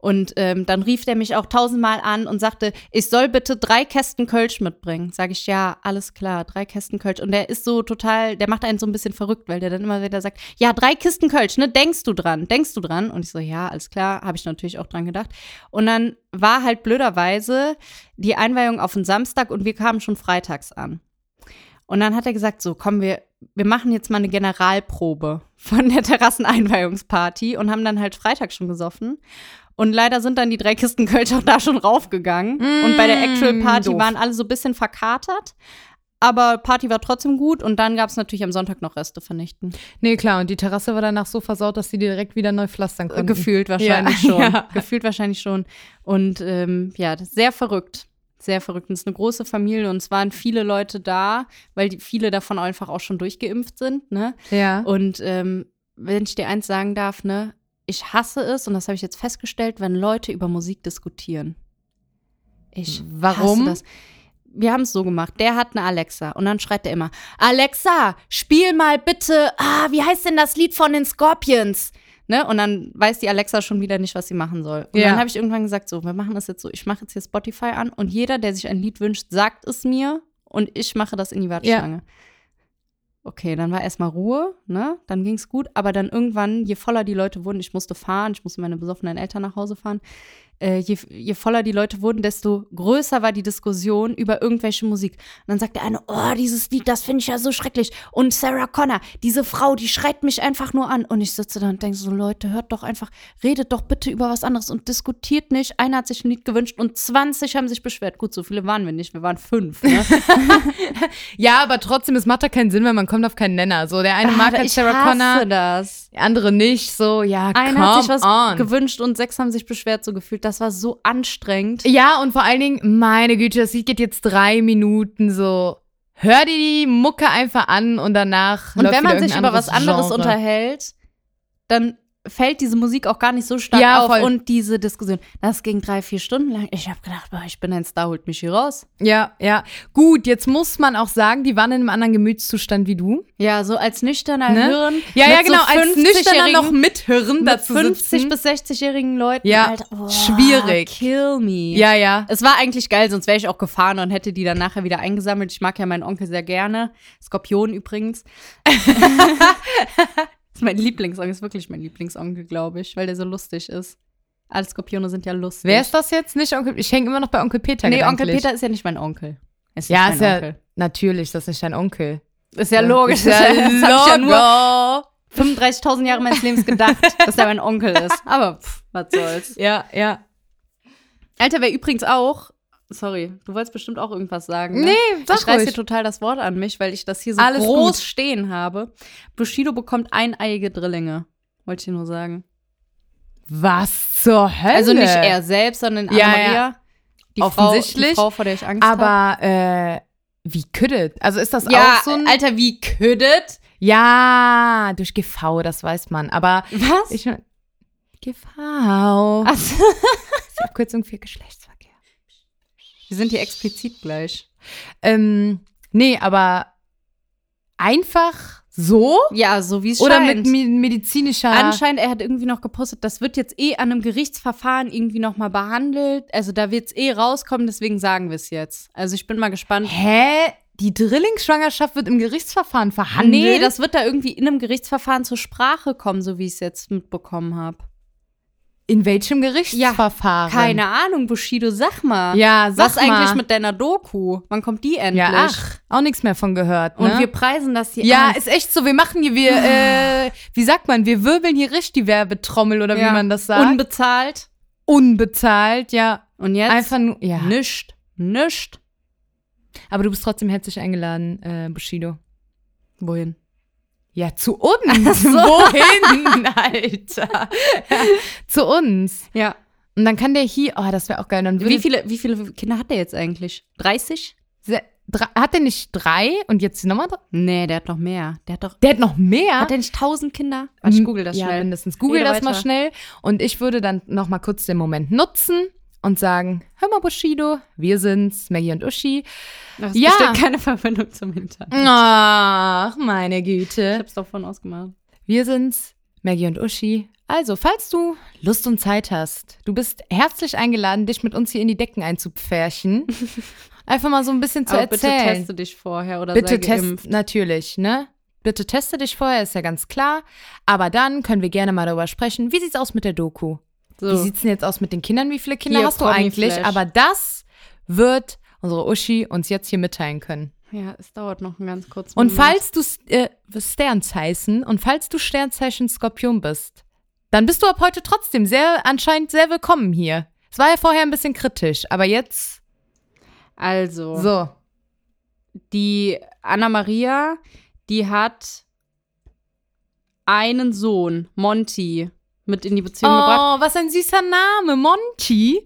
Und ähm, dann rief der mich auch tausendmal an und sagte, ich soll bitte drei Kästen Kölsch mitbringen. Sag ich, ja, alles klar, drei Kästen Kölsch. Und der ist so total, der macht einen so ein bisschen verrückt, weil der dann immer wieder sagt, ja, drei Kisten Kölsch, ne, denkst du dran, denkst du dran? Und ich so, ja, alles klar, habe ich natürlich auch dran gedacht. Und dann war halt blöderweise die Einweihung auf den Samstag und wir kamen schon freitags an. Und dann hat er gesagt, so, komm, wir, wir machen jetzt mal eine Generalprobe von der Terrasseneinweihungsparty und haben dann halt Freitag schon gesoffen. Und leider sind dann die drei Kisten Kölsch auch da schon raufgegangen.
Mm,
und bei der Actual Party
doof.
waren alle so ein bisschen verkatert. Aber Party war trotzdem gut und dann gab es natürlich am Sonntag noch Reste vernichten.
Nee, klar, und die Terrasse war danach so versaut, dass sie direkt wieder neu pflastern konnten.
Gefühlt wahrscheinlich
Ja,
schon.
ja.
Gefühlt wahrscheinlich schon. Und ähm, ja, das ist sehr verrückt. Sehr verrückt. Und es ist eine große Familie und es waren viele Leute da, weil die, viele davon einfach auch schon durchgeimpft sind. Ne?
Ja.
Und ähm, wenn ich dir eins sagen darf, ne, ich hasse es, und das habe ich jetzt festgestellt, wenn Leute über Musik diskutieren. Ich
Warum?
hasse das. Wir haben es so gemacht. Der hat eine Alexa und dann schreit er immer: Alexa, spiel mal bitte, ah, wie heißt denn das Lied von den Scorpions? Ne? Und dann weiß die Alexa schon wieder nicht, was sie machen soll. Und
Ja.
dann habe ich irgendwann gesagt: So, wir machen das jetzt so. Ich mache jetzt hier Spotify an und jeder, der sich ein Lied wünscht, sagt es mir und ich mache das in die Warteschlange. okay, dann war erstmal Ruhe, ne? Dann ging es gut. Aber dann irgendwann, je voller die Leute wurden, ich musste fahren, ich musste meine besoffenen Eltern nach Hause fahren, äh, je, je voller die Leute wurden, desto größer war die Diskussion über irgendwelche Musik. Und dann sagt der eine, oh, dieses Lied, das finde ich ja so schrecklich. Und Sarah Connor, diese Frau, die schreit mich einfach nur an. Und ich sitze da und denke so, Leute, hört doch einfach, redet doch bitte über was anderes und diskutiert nicht. Einer hat sich ein Lied gewünscht und 20 haben sich beschwert. Gut, so viele waren wir nicht, wir waren fünf. Ne?
Ja, aber trotzdem, es macht da keinen Sinn, weil man kommt auf keinen Nenner. So, der eine mag
Alter,
halt
Ah, ich
Sarah
hasse
Connor,
das.
der andere nicht. So, ja,
Einer
come
hat sich was
on.
gewünscht und sechs haben sich beschwert, so gefühlt. Das war so anstrengend.
Ja, und vor allen Dingen, meine Güte, das Lied geht jetzt drei Minuten so. Hör dir die Mucke einfach an und danach.
und
läuft
wenn man
wieder
sich über
irgendein
was anderes
Genre.
unterhält, dann fällt diese Musik auch gar nicht so stark
Ja,
auf
voll.
und diese Diskussion. Das ging drei, vier Stunden lang. Ich habe gedacht, boah, ich bin ein Star, holt mich hier raus.
Ja, ja. Gut, jetzt muss man auch sagen, die waren in einem anderen Gemütszustand wie du.
Ja, so als nüchterner
Ne?
Hirn.
Ja, ja,
mit so
genau. als
50-jährigen
nüchterner noch mithören
mit
dazu
50
sitzen.
bis 60-jährigen Leuten.
Ja,
Alter, boah,
schwierig.
Kill me.
Ja, ja.
Es war eigentlich geil, sonst wäre ich auch gefahren und hätte die dann nachher wieder eingesammelt. Ich mag ja meinen Onkel sehr gerne. Skorpion übrigens. ist mein Lieblingsonkel, ist wirklich mein Lieblingsonkel, glaube ich, weil der so lustig ist. Alle Skorpione sind ja lustig.
Wer ist das jetzt? Nicht Onkel. Ich hänge immer noch bei Onkel Peter.
Nee, Onkel
gedanklich.
Peter ist ja nicht mein Onkel. Er Ist
Ja,
nicht
ist
mein
ja
Onkel.
natürlich, das ist nicht dein Onkel.
Ist ja
Ist
logisch.
ja
das hab ich ja nur
logo.
35.000 Jahre meines Lebens gedacht, dass er mein Onkel ist. Aber pff, was soll's.
Ja, ja.
Alter, wer übrigens auch. Sorry, du wolltest bestimmt auch irgendwas sagen. Ne?
Nee,
ich
sag
reiß
ruhig.
dir total das Wort an mich, weil ich das hier so
Alles gut.
groß stehen habe. Bushido bekommt eineiige Drillinge. Wollte ich dir nur sagen.
Was zur Hölle?
Also nicht er selbst, sondern Anna
Ja,
Maria.
ja.
Die Frau, die
Offensichtlich.
Frau, vor der ich Angst habe.
Aber äh, wie küdet? Also ist das
Ja, äh,
auch so ein.
Alter, wie küdet?
ja, durch GV, das weiß man. Aber
Was?
ich. GV. Ach.
Also,
Abkürzung für Geschlechtsverkehr.
wir sind hier explizit gleich.
Ähm, nee, aber einfach so?
Ja, so wie es
Oder mit
scheint.
mi- medizinischer.
Anscheinend, er hat irgendwie noch gepostet, das wird jetzt eh an einem Gerichtsverfahren irgendwie nochmal behandelt. Also da wird es eh rauskommen, deswegen sagen wir es jetzt. Also ich bin mal gespannt.
Hä? Die Drillingsschwangerschaft wird im Gerichtsverfahren verhandelt?
Nee, das wird da irgendwie in einem Gerichtsverfahren zur Sprache kommen, so wie ich es jetzt mitbekommen habe.
In welchem Gerichtsverfahren?
Keine Ahnung, Bushido, sag mal.
Ja, sag
was
mal.
eigentlich mit deiner Doku? Wann kommt die endlich?
Ja, ach, auch nichts mehr von gehört, ne?
Und wir preisen das hier
ja,
an.
ist echt so. Wir machen hier, wir, äh, wie sagt man, wir wirbeln hier richtig die Werbetrommel oder
Ja.
wie man das sagt.
Unbezahlt.
Unbezahlt, ja.
Und jetzt?
Einfach nur, ja.
nischt. Nischt.
Aber du bist trotzdem herzlich eingeladen, äh, Bushido.
Wohin?
Ja, zu uns. Wohin, Alter? zu uns.
Ja.
Und dann kann der hier, oh, das wäre auch geil. Dann würde
Wie viele, wie viele Kinder hat der jetzt eigentlich? 30?
Se- dre- Hat der nicht drei und jetzt nochmal drei?
Nee, der hat noch mehr. Der hat doch.
Der hat noch mehr.
Hat der nicht 1000 Kinder? Warte, ich google das
ja,
schnell.
mindestens. Google
Rede
das mal
weiter.
schnell. Und ich würde dann nochmal kurz den Moment nutzen und sagen, hör mal Bushido, wir sind's, Maggie und Uschi.
Das
Ja. Hm.
besteht keine Verbindung zum Hintern.
Ach, meine
Ich
Güte.
hab's doch vorhin ausgemacht.
Wir sind's, Maggie und Uschi. Also, falls du Lust und Zeit hast, du bist herzlich eingeladen, dich mit uns hier in die Decken einzupferchen. Einfach mal so ein bisschen zu
Aber bitte
erzählen.
teste dich vorher oder sei
Bitte
geimpft.
test natürlich, ne? Bitte teste dich vorher, ist ja ganz klar. Aber dann können wir gerne mal darüber sprechen. Wie sieht's aus mit der Doku?
So.
Wie sieht's denn jetzt aus mit den Kindern? Wie viele Kinder
Hier,
hast du
Promi
eigentlich?
Flash.
Aber das wird unsere Uschi uns jetzt hier mitteilen können.
Ja, es dauert noch einen ganz kurzen
Und
Moment.
falls du S- äh, Sternzeichen und falls du Sternzeichen Skorpion bist, dann bist du ab heute trotzdem sehr anscheinend sehr willkommen hier. Es war ja vorher ein bisschen kritisch, aber jetzt
Also,
so.
die Anna Maria, die hat einen Sohn, Monty, mit in die Beziehung gebracht.
Oh, was ein süßer Name, Monty.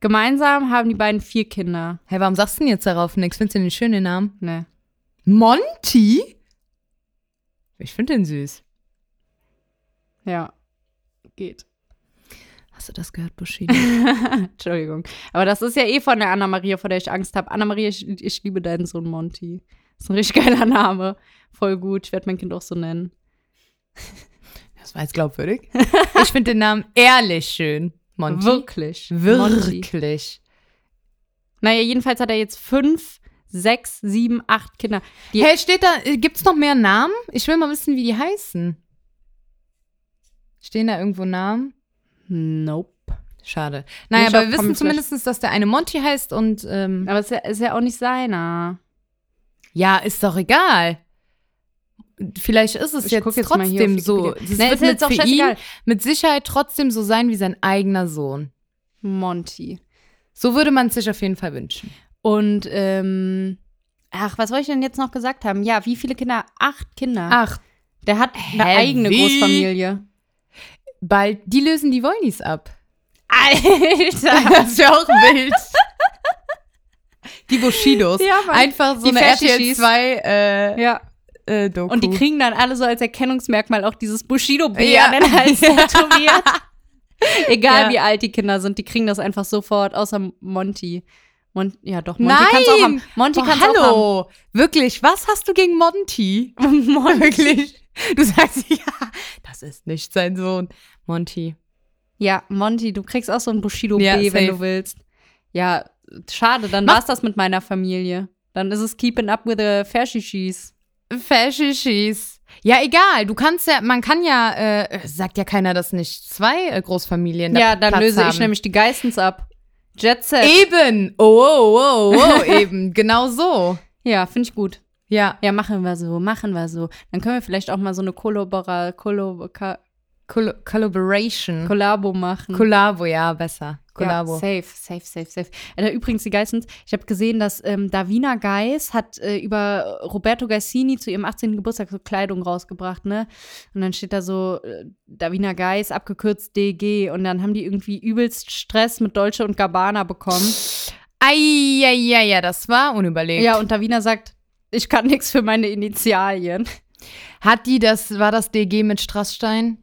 Gemeinsam haben die beiden vier Kinder.
Hey, warum sagst du denn jetzt darauf nichts? Findest du den schönen Namen?
Ne.
Monty? Ich finde den süß.
Ja. Geht.
Hast du das gehört, Bushido?
Entschuldigung. Aber das ist ja eh von der Anna-Maria, vor der ich Angst habe. Anna-Maria, ich, ich liebe deinen Sohn Monty. Ist ein richtig geiler Name. Voll gut. Ich werde mein Kind auch so nennen.
Das war jetzt glaubwürdig. ich finde den Namen ehrlich schön. Monty.
Wirklich. Monty.
Wirklich.
Naja, jedenfalls hat er jetzt fünf sechs, sieben, acht Kinder. Die-
Hey, steht da, äh, gibt's noch mehr Namen? Ich will mal wissen, wie die heißen. Stehen da irgendwo Namen?
Nope.
Schade. Naja,
Nicht
aber
auf
wir wissen
Comicflash.
zumindest, dass der eine Monty heißt und ähm,
Aber es ist ja, ist ja auch nicht seiner.
ja, ist doch egal. Vielleicht ist es
Ich
jetzt,
guck jetzt mal hier
trotzdem
auf
so.
Wikipedia.
Es
Nee,
wird
ist jetzt
mit
auch
für ihn
scheißegal.
mit Sicherheit trotzdem so sein wie sein eigener Sohn.
Monty.
So würde man es sich auf jeden Fall wünschen.
Und, ähm, ach, was wollte ich denn jetzt noch gesagt haben? Ja, wie viele Kinder? Acht Kinder.
Ach,
Der hat eine
Ah. Hä,
eigene
wie?
Großfamilie.
bald, die lösen die Wollnis ab.
Alter.
Das wäre auch wild. Die Bushidos.
Ja, Mann.
Einfach so
Die
eine
Fashis.
RTL 2 äh,
ja.
äh, Doku.
Und die kriegen dann alle so als Erkennungsmerkmal auch dieses Bushido-B
Ja.
an den Hals tätowiert. Egal
Ja.
wie alt die Kinder sind, die kriegen das einfach sofort, außer Monty. Mon ja, doch, Monty
Nein!
kann's auch haben. Monty
Boah,
kann's auch
Oh, hallo. Wirklich, was hast du gegen Monty?
haben. Monty.
Wirklich. Du sagst, ja, das ist nicht sein Sohn. Monty.
Ja, Monty, du kriegst auch so ein Bushido-B,
Ja,
wenn
safe.
du willst. Ja, schade, dann
Mach-
war's das mit meiner Familie. Dann ist es Keeping Up with the Fashishis.
Fashishis. Ja, egal. Du kannst ja, man kann ja, äh, sagt ja keiner, dass nicht zwei äh, Großfamilien da
Ja, dann
Platz
löse
haben.
ich nämlich die Geistens ab. Jet Set.
Eben. Oh, oh, oh, oh, eben. Genau so.
ja, finde ich gut.
Ja.
Ja, machen wir so, machen wir so. Dann können wir vielleicht auch mal so eine Kollabora, Kollabo, Ka,
Col Collaboration.
Kollabo machen.
Kollabo, ja, besser. Kollabo.
Ja, safe, safe, safe, safe. Äh, übrigens, die Geissens, ich habe gesehen, dass ähm, Davina Geiss hat äh, über Roberto Gassini zu ihrem 18. Geburtstag so Kleidung rausgebracht, ne? Und dann steht da so äh, Davina Geiss, abgekürzt DG. Und dann haben die irgendwie übelst Stress mit Dolce und Gabbana bekommen.
Ei, ja, ja, ja, das war unüberlegt.
Ja, und Davina sagt, ich kann nichts für meine Initialien.
Hat die das, war das DG mit Strassstein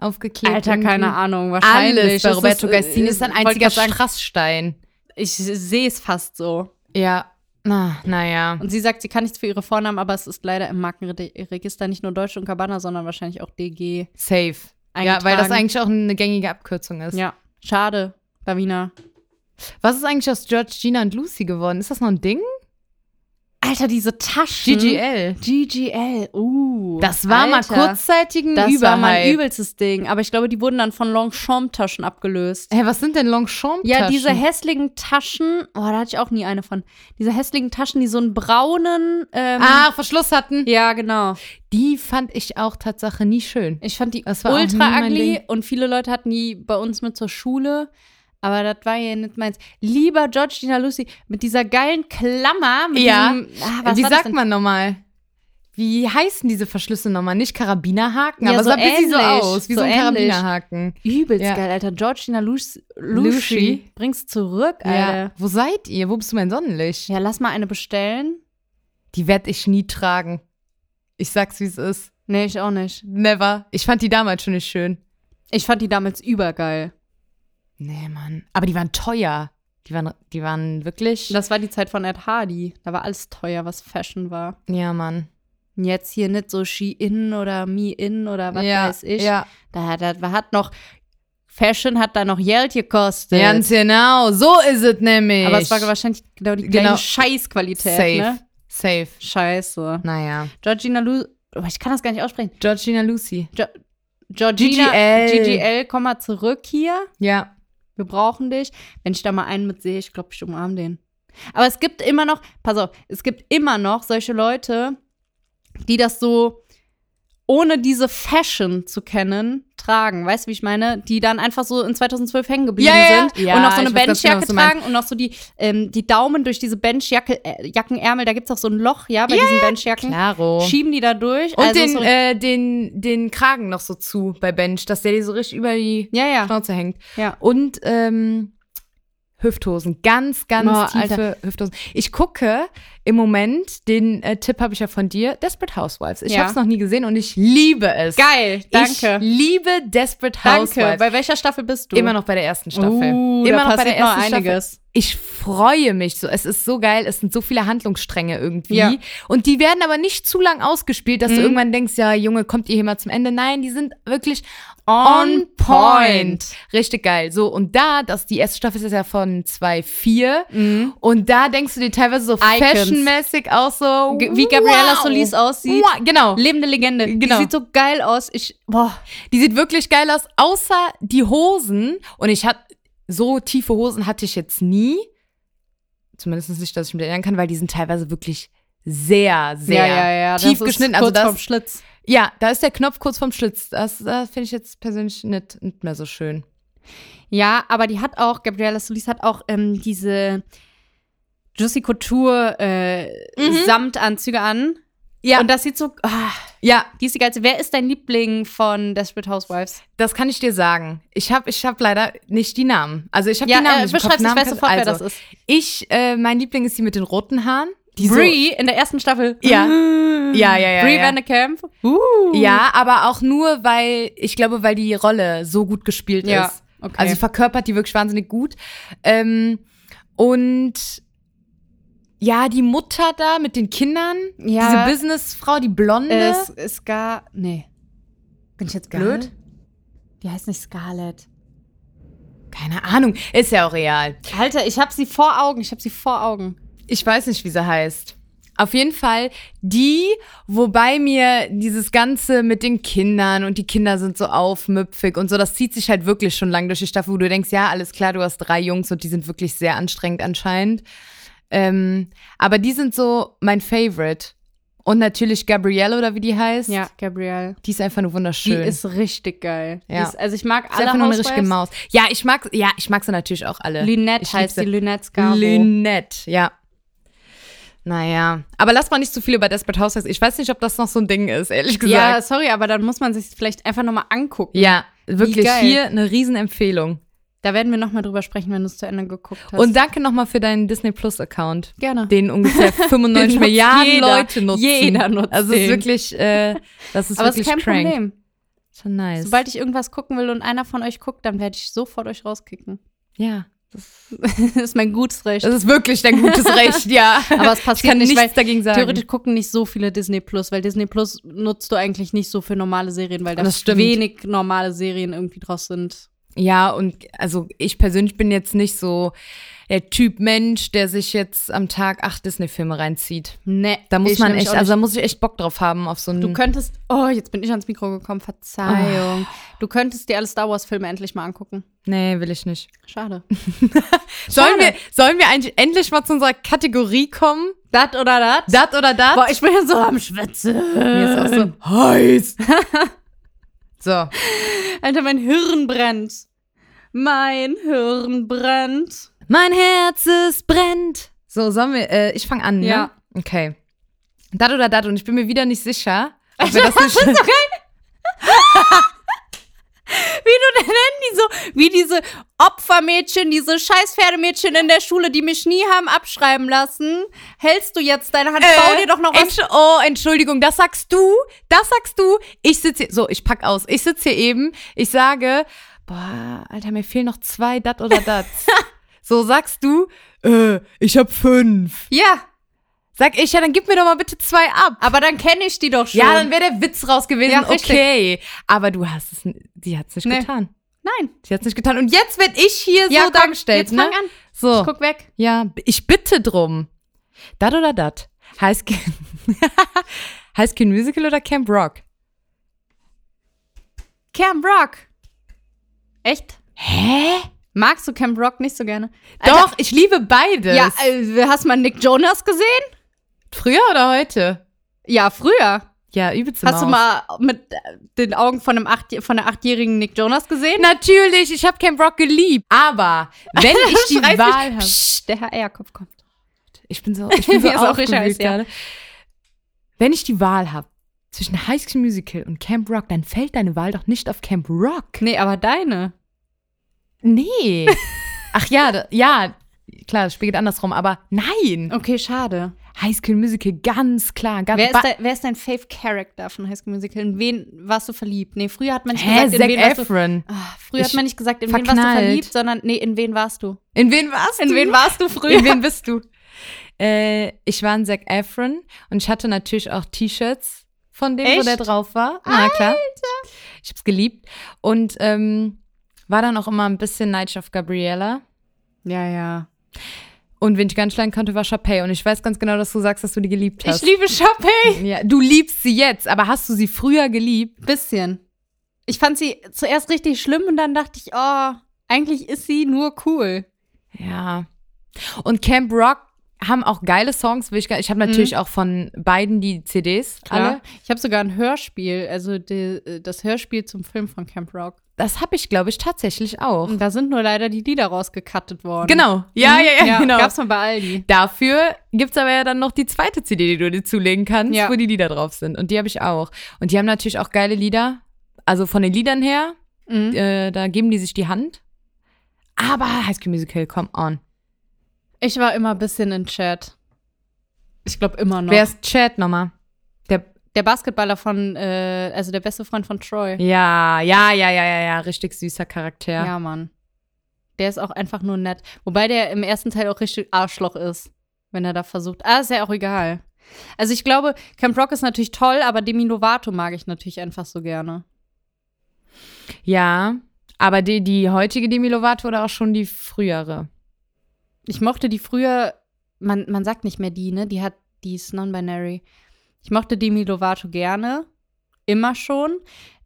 aufgeklebt?
Alter,
irgendwie?
keine Ahnung, wahrscheinlich.
Alles bei
Das
Roberto
äh,
Gassini ist ein
wollte
einziger
grad sagen,
Strassstein.
Ich sehe es fast so.
Ja. Na, naja.
Und sie sagt, sie kann nichts für ihre Vornamen, aber es ist leider im Markenregister nicht nur Deutsche und Cabana, sondern wahrscheinlich auch DG.
Safe. Ja,
Eingetragen.
weil das eigentlich auch eine gängige Abkürzung ist.
Ja, schade, Davina.
Was ist eigentlich aus George, Gina und Lucy geworden? Ist das noch ein Ding?
Mhm. Alter, diese Taschen.
GGL.
GGL, uh.
Das war
Alter.
mal kurzzeitigen
Das war mal ein
Überhype.
übelstes Ding. Aber ich glaube, die wurden dann von Longchamp-Taschen abgelöst.
Hä, was sind denn Longchamp-Taschen?
Ja, diese hässlichen Taschen. Oh, da hatte ich auch nie eine von. Diese hässlichen Taschen, die so einen braunen. Ähm,
Ah, Verschluss hatten.
Ja, genau.
Die fand ich auch Tatsache nie schön.
Ich fand die
Das war auch nie
ultra
mein
ugly
Ding.
und viele Leute hatten die bei uns mit zur Schule. Aber das war ja nicht meins. Lieber Georgina Lucy mit dieser geilen Klammer. Mit
Ja.
Diesem, ah, was
Wie
war das
sagt
denn?
man nochmal? Wie heißen diese Verschlüsse nochmal? Nicht Karabinerhaken,
Ja,
aber
so
es sah ein bisschen so
ähnlich,
aus, wie so,
so
ein
ähnlich.
Karabinerhaken.
Übelst
Ja.
geil, Alter. Georgina Lucy.
Lucy.
Lucy. Bring's zurück,
Ja.
Alter.
Wo seid ihr? Wo bist du mein Sonnenlicht?
Ja. lass mal eine bestellen.
Die werde ich nie tragen. Ich sag's, wie es ist.
Nee, ich auch nicht.
Never. Ich fand die damals schon nicht schön.
Ich fand die damals übergeil.
Nee, Mann. Aber die waren teuer. Die waren, die waren wirklich.
Das war die Zeit von Ed Hardy. Da war alles teuer, was Fashion war.
ja, Mann.
Und Jetzt hier nicht so Shein oder Me-In oder was
ja,
weiß ich.
Ja.
Da hat, da hat noch, Fashion hat da noch Geld gekostet.
Ganz genau. So ist es nämlich.
Aber es war wahrscheinlich genau die gleiche
Genau.
Scheißqualität,
safe.
ne?
Safe.
Scheiße.
Naja.
Georgina Lu, oh, ich kann das gar nicht aussprechen.
Georgina Lucy.
Jo Georgina,
GGL.
GGL, komm mal zurück hier.
Ja.
Wir brauchen dich. Wenn ich da mal einen mit sehe, ich glaube, ich umarme den. Aber es gibt immer noch, pass auf, es gibt immer noch solche Leute, die das so ohne diese Fashion zu kennen tragen. Weißt du, wie ich meine? Die dann einfach so in 2012 hängen geblieben
Ja, ja, ja.
sind
Ja,
und noch so
ich
eine
weiß ganz genau,
Benchjacke
was du meinst.
tragen und noch so die, ähm, die Daumen durch diese Benchjacke, äh, Jackenärmel, da gibt es auch so ein Loch, ja, bei diesen Benchjacken.
Claro.
Schieben die da durch.
Und
also
den,
so,
äh, den, den Kragen noch so zu bei Bench, dass der dir so richtig über die
ja, ja,
Schnauze hängt.
ja.
Und ähm, Hüfthosen, ganz, ganz
Boah,
tiefe Hüfthosen. Ich gucke im Moment, den äh, Tipp habe ich ja von dir, Desperate Housewives. Ich
Ja.
habe es noch nie gesehen und ich liebe es.
Geil, danke.
Ich liebe Desperate
danke.
Housewives.
Bei welcher Staffel bist du?
Immer noch bei der ersten Staffel.
Uh,
Immer
da
noch bei der
passiert noch
ersten Staffel.
einiges.
Ich freue mich so. Es ist so geil. Es sind so viele Handlungsstränge irgendwie.
Ja.
Und die werden aber nicht zu lang ausgespielt, dass du
Mhm.
irgendwann denkst, ja, Junge, kommt ihr hier mal zum Ende? Nein, die sind wirklich
On
on point.
point.
Richtig geil. So, und da, das, die erste Staffel ist ja von 2.4. Und da denkst du dir teilweise so,
Mhm. Icons.
Fashion Spendenmäßig auch so.
Ge- Wie Gabriela
wow.
Solis aussieht.
Wow, Genau.
Lebende Legende.
Genau.
Die sieht so geil aus. Ich, boah.
Die sieht wirklich geil aus, außer die Hosen. Und ich hatte, so tiefe Hosen hatte ich jetzt nie. Zumindest nicht, dass ich mich erinnern kann, weil die sind teilweise wirklich sehr, sehr tief geschnitten. Also das,
Schlitz.
ja, da ist der Knopf kurz vom Schlitz. Das, das finde ich jetzt persönlich nicht, nicht mehr so schön.
Ja, aber die hat auch, Gabriela Solis hat auch ähm, diese Juicy Couture äh,
Mhm.
Samtanzüge an.
Ja,
Und das sieht so, ah,
ja,
die ist die geilste. Wer ist dein Liebling von Desperate Housewives?
das kann ich dir sagen. Ich habe ich hab leider nicht die Namen. Also ich habe die Namen
äh,
nicht im Kopf.
beschreib's, ich
Namen
weiß
kann-
sofort, wer
also,
das ist.
Ich, äh, mein Liebling ist die mit den roten Haaren. Die so-
Brie in der ersten Staffel.
Ja. Ja, ja, ja,
Brie
ja.
Van de Camp. Uh.
Ja, aber auch nur, weil, ich glaube, weil die Rolle so gut gespielt
Ja,
ist.
okay.
Also sie verkörpert die wirklich wahnsinnig gut. Ähm, und ja, die Mutter da mit den Kindern,
Ja.
diese Businessfrau, die Blonde.
Äh, es ist gar. Nee. Bin ich jetzt blöd? Die heißt nicht Scarlett.
Keine Ahnung, ist ja auch real.
Alter, ich hab sie vor Augen. Ich hab sie vor Augen.
Ich weiß nicht, wie sie heißt. Auf jeden Fall die, wobei mir dieses Ganze mit den Kindern und die Kinder sind so aufmüpfig und so, das zieht sich halt wirklich schon lang durch die Staffel, wo du denkst, ja, alles klar, du hast drei Jungs und die sind wirklich sehr anstrengend anscheinend. Ähm, aber die sind so mein Favorite. Und natürlich Gabrielle oder wie die heißt.
Ja, Gabrielle.
Die ist einfach nur wunderschön.
Die ist richtig geil.
Ja.
Die ist, also ich mag
Ist
alle
einfach nur eine richtige
Housewives.
Maus. Ja, ich mag, ja, ich mag sie natürlich auch alle.
Lynette
Ich lieb
heißt
sie.
die, Lynette Scavo.
Lynette, ja. Naja, aber lass mal nicht zu viel über Desperate Housewives. Ich weiß nicht, ob das noch so ein Ding ist, ehrlich
ja,
gesagt.
sorry, aber dann muss man sich vielleicht einfach nochmal angucken.
Ja,
Wie
wirklich
geil.
hier eine Riesenempfehlung.
Da werden wir nochmal drüber sprechen, wenn du es zu Ende geguckt hast.
Und danke nochmal für deinen Disney Plus Account,
gerne.
den ungefähr 95
nutzt
Milliarden
jeder.
Leute nutzen.
Jeder nutzt
Also es ist
den.
wirklich, äh, das ist
aber es
wirklich
ist kein
crank.
Problem.
Schon nice.
Sobald ich irgendwas gucken will und einer von euch guckt, dann werde ich sofort euch rauskicken.
ja.
das ist mein gutes Recht.
Das ist wirklich dein gutes Recht, ja.
Aber es
ich
passiert
kann
nicht,
nichts
weil
dagegen sagen.
theoretisch gucken nicht so viele Disney Plus, weil Disney Plus nutzt du eigentlich nicht so für normale Serien, weil da
Das stimmt.
wenig normale Serien irgendwie draus sind.
Ja, und also ich persönlich bin jetzt nicht so der Typ Mensch, der sich jetzt am Tag acht Disney-Filme reinzieht.
Nee,
Da muss
ich
man
nämlich
echt,
auch nicht.
also da muss ich echt Bock drauf haben auf so einen.
du könntest, oh, jetzt bin ich ans Mikro gekommen, Verzeihung. Du könntest dir alle Star Wars Filme endlich mal angucken.
nee, will ich nicht.
Schade.
Sollen wir, sollen wir eigentlich endlich mal zu unserer Kategorie kommen?
Dat oder dat?
Dat oder dat?
Boah, ich bin ja so am Schwitzen.
Mir ist auch so heiß. so.
Alter, mein Hirn brennt. Mein Hirn brennt.
Mein Herz es brennt. So, sollen wir, äh, ich fange an, ne?
Ja.
Okay. Dat oder dat und ich bin mir wieder nicht sicher, ob wir das nicht
Wie du denn die so, wie diese Opfermädchen, diese scheiß Pferdemädchen in der Schule, die mich nie haben abschreiben lassen. Hältst du jetzt deine Hand, bau
Äh,
dir doch noch was.
Entsch oh, Entschuldigung, das sagst du, das sagst du. Ich sitze hier, so, ich pack aus. Ich sitze hier eben, ich sage, boah, Alter, mir fehlen noch zwei, dat oder dat. so sagst du, äh, ich hab fünf.
Ja,
Sag ich, ja, dann gib mir doch mal bitte zwei ab.
aber dann kenne ich die doch schon.
Ja, dann wäre der Witz raus gewesen,
Ja, richtig.
okay. Aber du hast es, n- die hat's nicht
Nee.
getan.
Nein.
Die hat's nicht getan. Und jetzt werd ich hier
Ja,
so
komm,
dargestellt,
jetzt
ne?
fang an.
So.
Ich guck weg.
Ja, b- ich bitte drum. Dat oder dat? Heißt Heißt Kin Musical oder Camp Rock?
Camp Rock. Echt?
Hä?
Magst du Camp Rock nicht so gerne?
Doch, ich liebe beides.
Ja, äh, hast du mal Nick Jonas gesehen?
früher oder heute?
Ja, früher.
Ja, übelst
Hast du
Maus.
mal mit äh, den Augen von einem acht, von der achtjährigen Nick Jonas gesehen?
Natürlich, ich habe Camp Rock geliebt. Aber wenn ich die
Schreist
Wahl
mich-
habe.
Psst, der Herr Eierkopf kommt.
Ich bin so, ich bin so
Mir ist auch richtig heiß,
aufgewühlt
ja.
gerade. Wenn ich die Wahl habe zwischen High School Musical und Camp Rock, dann fällt deine Wahl doch nicht auf Camp Rock.
Nee, aber deine.
Nee. Ach ja, da- ja, klar, das Spiel geht andersrum, aber nein.
Okay, schade.
High School Musical, ganz klar. Ganz
Wer
ba-
ist, dein, wer ist dein Fave Character von High School Musical? In wen warst du verliebt? Nee, früher hat man nicht
Hä,
gesagt, in
Zac
wen warst du.
Efron.
Ah, früher hat
Ich-
man nicht gesagt, in wen warst
verknallt.
du verliebt, sondern nee, in wen warst du?
In wen warst
In
du?
wen warst du früher?
In wen bist du? Äh, ich war in Zac Efron und ich hatte natürlich auch T-Shirts von dem, wo
Echt?
der drauf war. Na klar. Ich hab's geliebt. Und ähm, war dann auch immer ein bisschen neidisch auf Gabriella.
Ja, ja.
Und wen ich ganz klein kannte, war Chapey. Und ich weiß ganz genau, dass du sagst, dass du die geliebt hast.
Ich liebe Chapey.
ja, du liebst sie jetzt, aber hast du sie früher geliebt?
Bisschen. Ich fand sie zuerst richtig schlimm und dann dachte ich, oh, eigentlich ist sie nur cool.
Ja. Und Camp Rock haben auch geile Songs. will Ich, gar- ich habe
Mhm.
natürlich auch von beiden die CDs. Alle.
Alle. Ich habe sogar ein Hörspiel, also die, äh, das Hörspiel zum Film von Camp Rock.
Das habe ich, glaube ich, tatsächlich auch.
Und da sind nur leider die Lieder rausgekattet worden. Mhm.
Genau. Ja, ja, ja, genau.
Gab's mal bei Aldi.
Dafür gibt's aber ja dann noch die zweite CD, die du dir zulegen kannst,
Ja.
wo die Lieder drauf sind. Und die habe ich auch. Und die haben natürlich auch geile Lieder. Also von den Liedern her,
Mhm.
äh, da geben die sich die Hand. Aber High School Musical, come on.
Ich war immer ein bisschen in Chat. Ich glaube immer noch.
Wer ist Chad nochmal? Der,
der Basketballer von, äh, also der beste Freund von Troy.
ja, ja, ja, ja, ja, ja, richtig süßer Charakter.
Ja, Mann. Der ist auch einfach nur nett. Wobei der im ersten Teil auch richtig Arschloch ist, wenn er da versucht. Ah, ist ja auch egal. Also ich glaube, Camp Rock ist natürlich toll, aber Demi Lovato mag ich natürlich einfach so gerne.
Ja, aber die, die heutige Demi Lovato oder auch schon die frühere?
Ich mochte die früher, man, man sagt nicht mehr die, ne? Die hat, die ist non-binary. Ich mochte Demi Lovato gerne. Immer schon.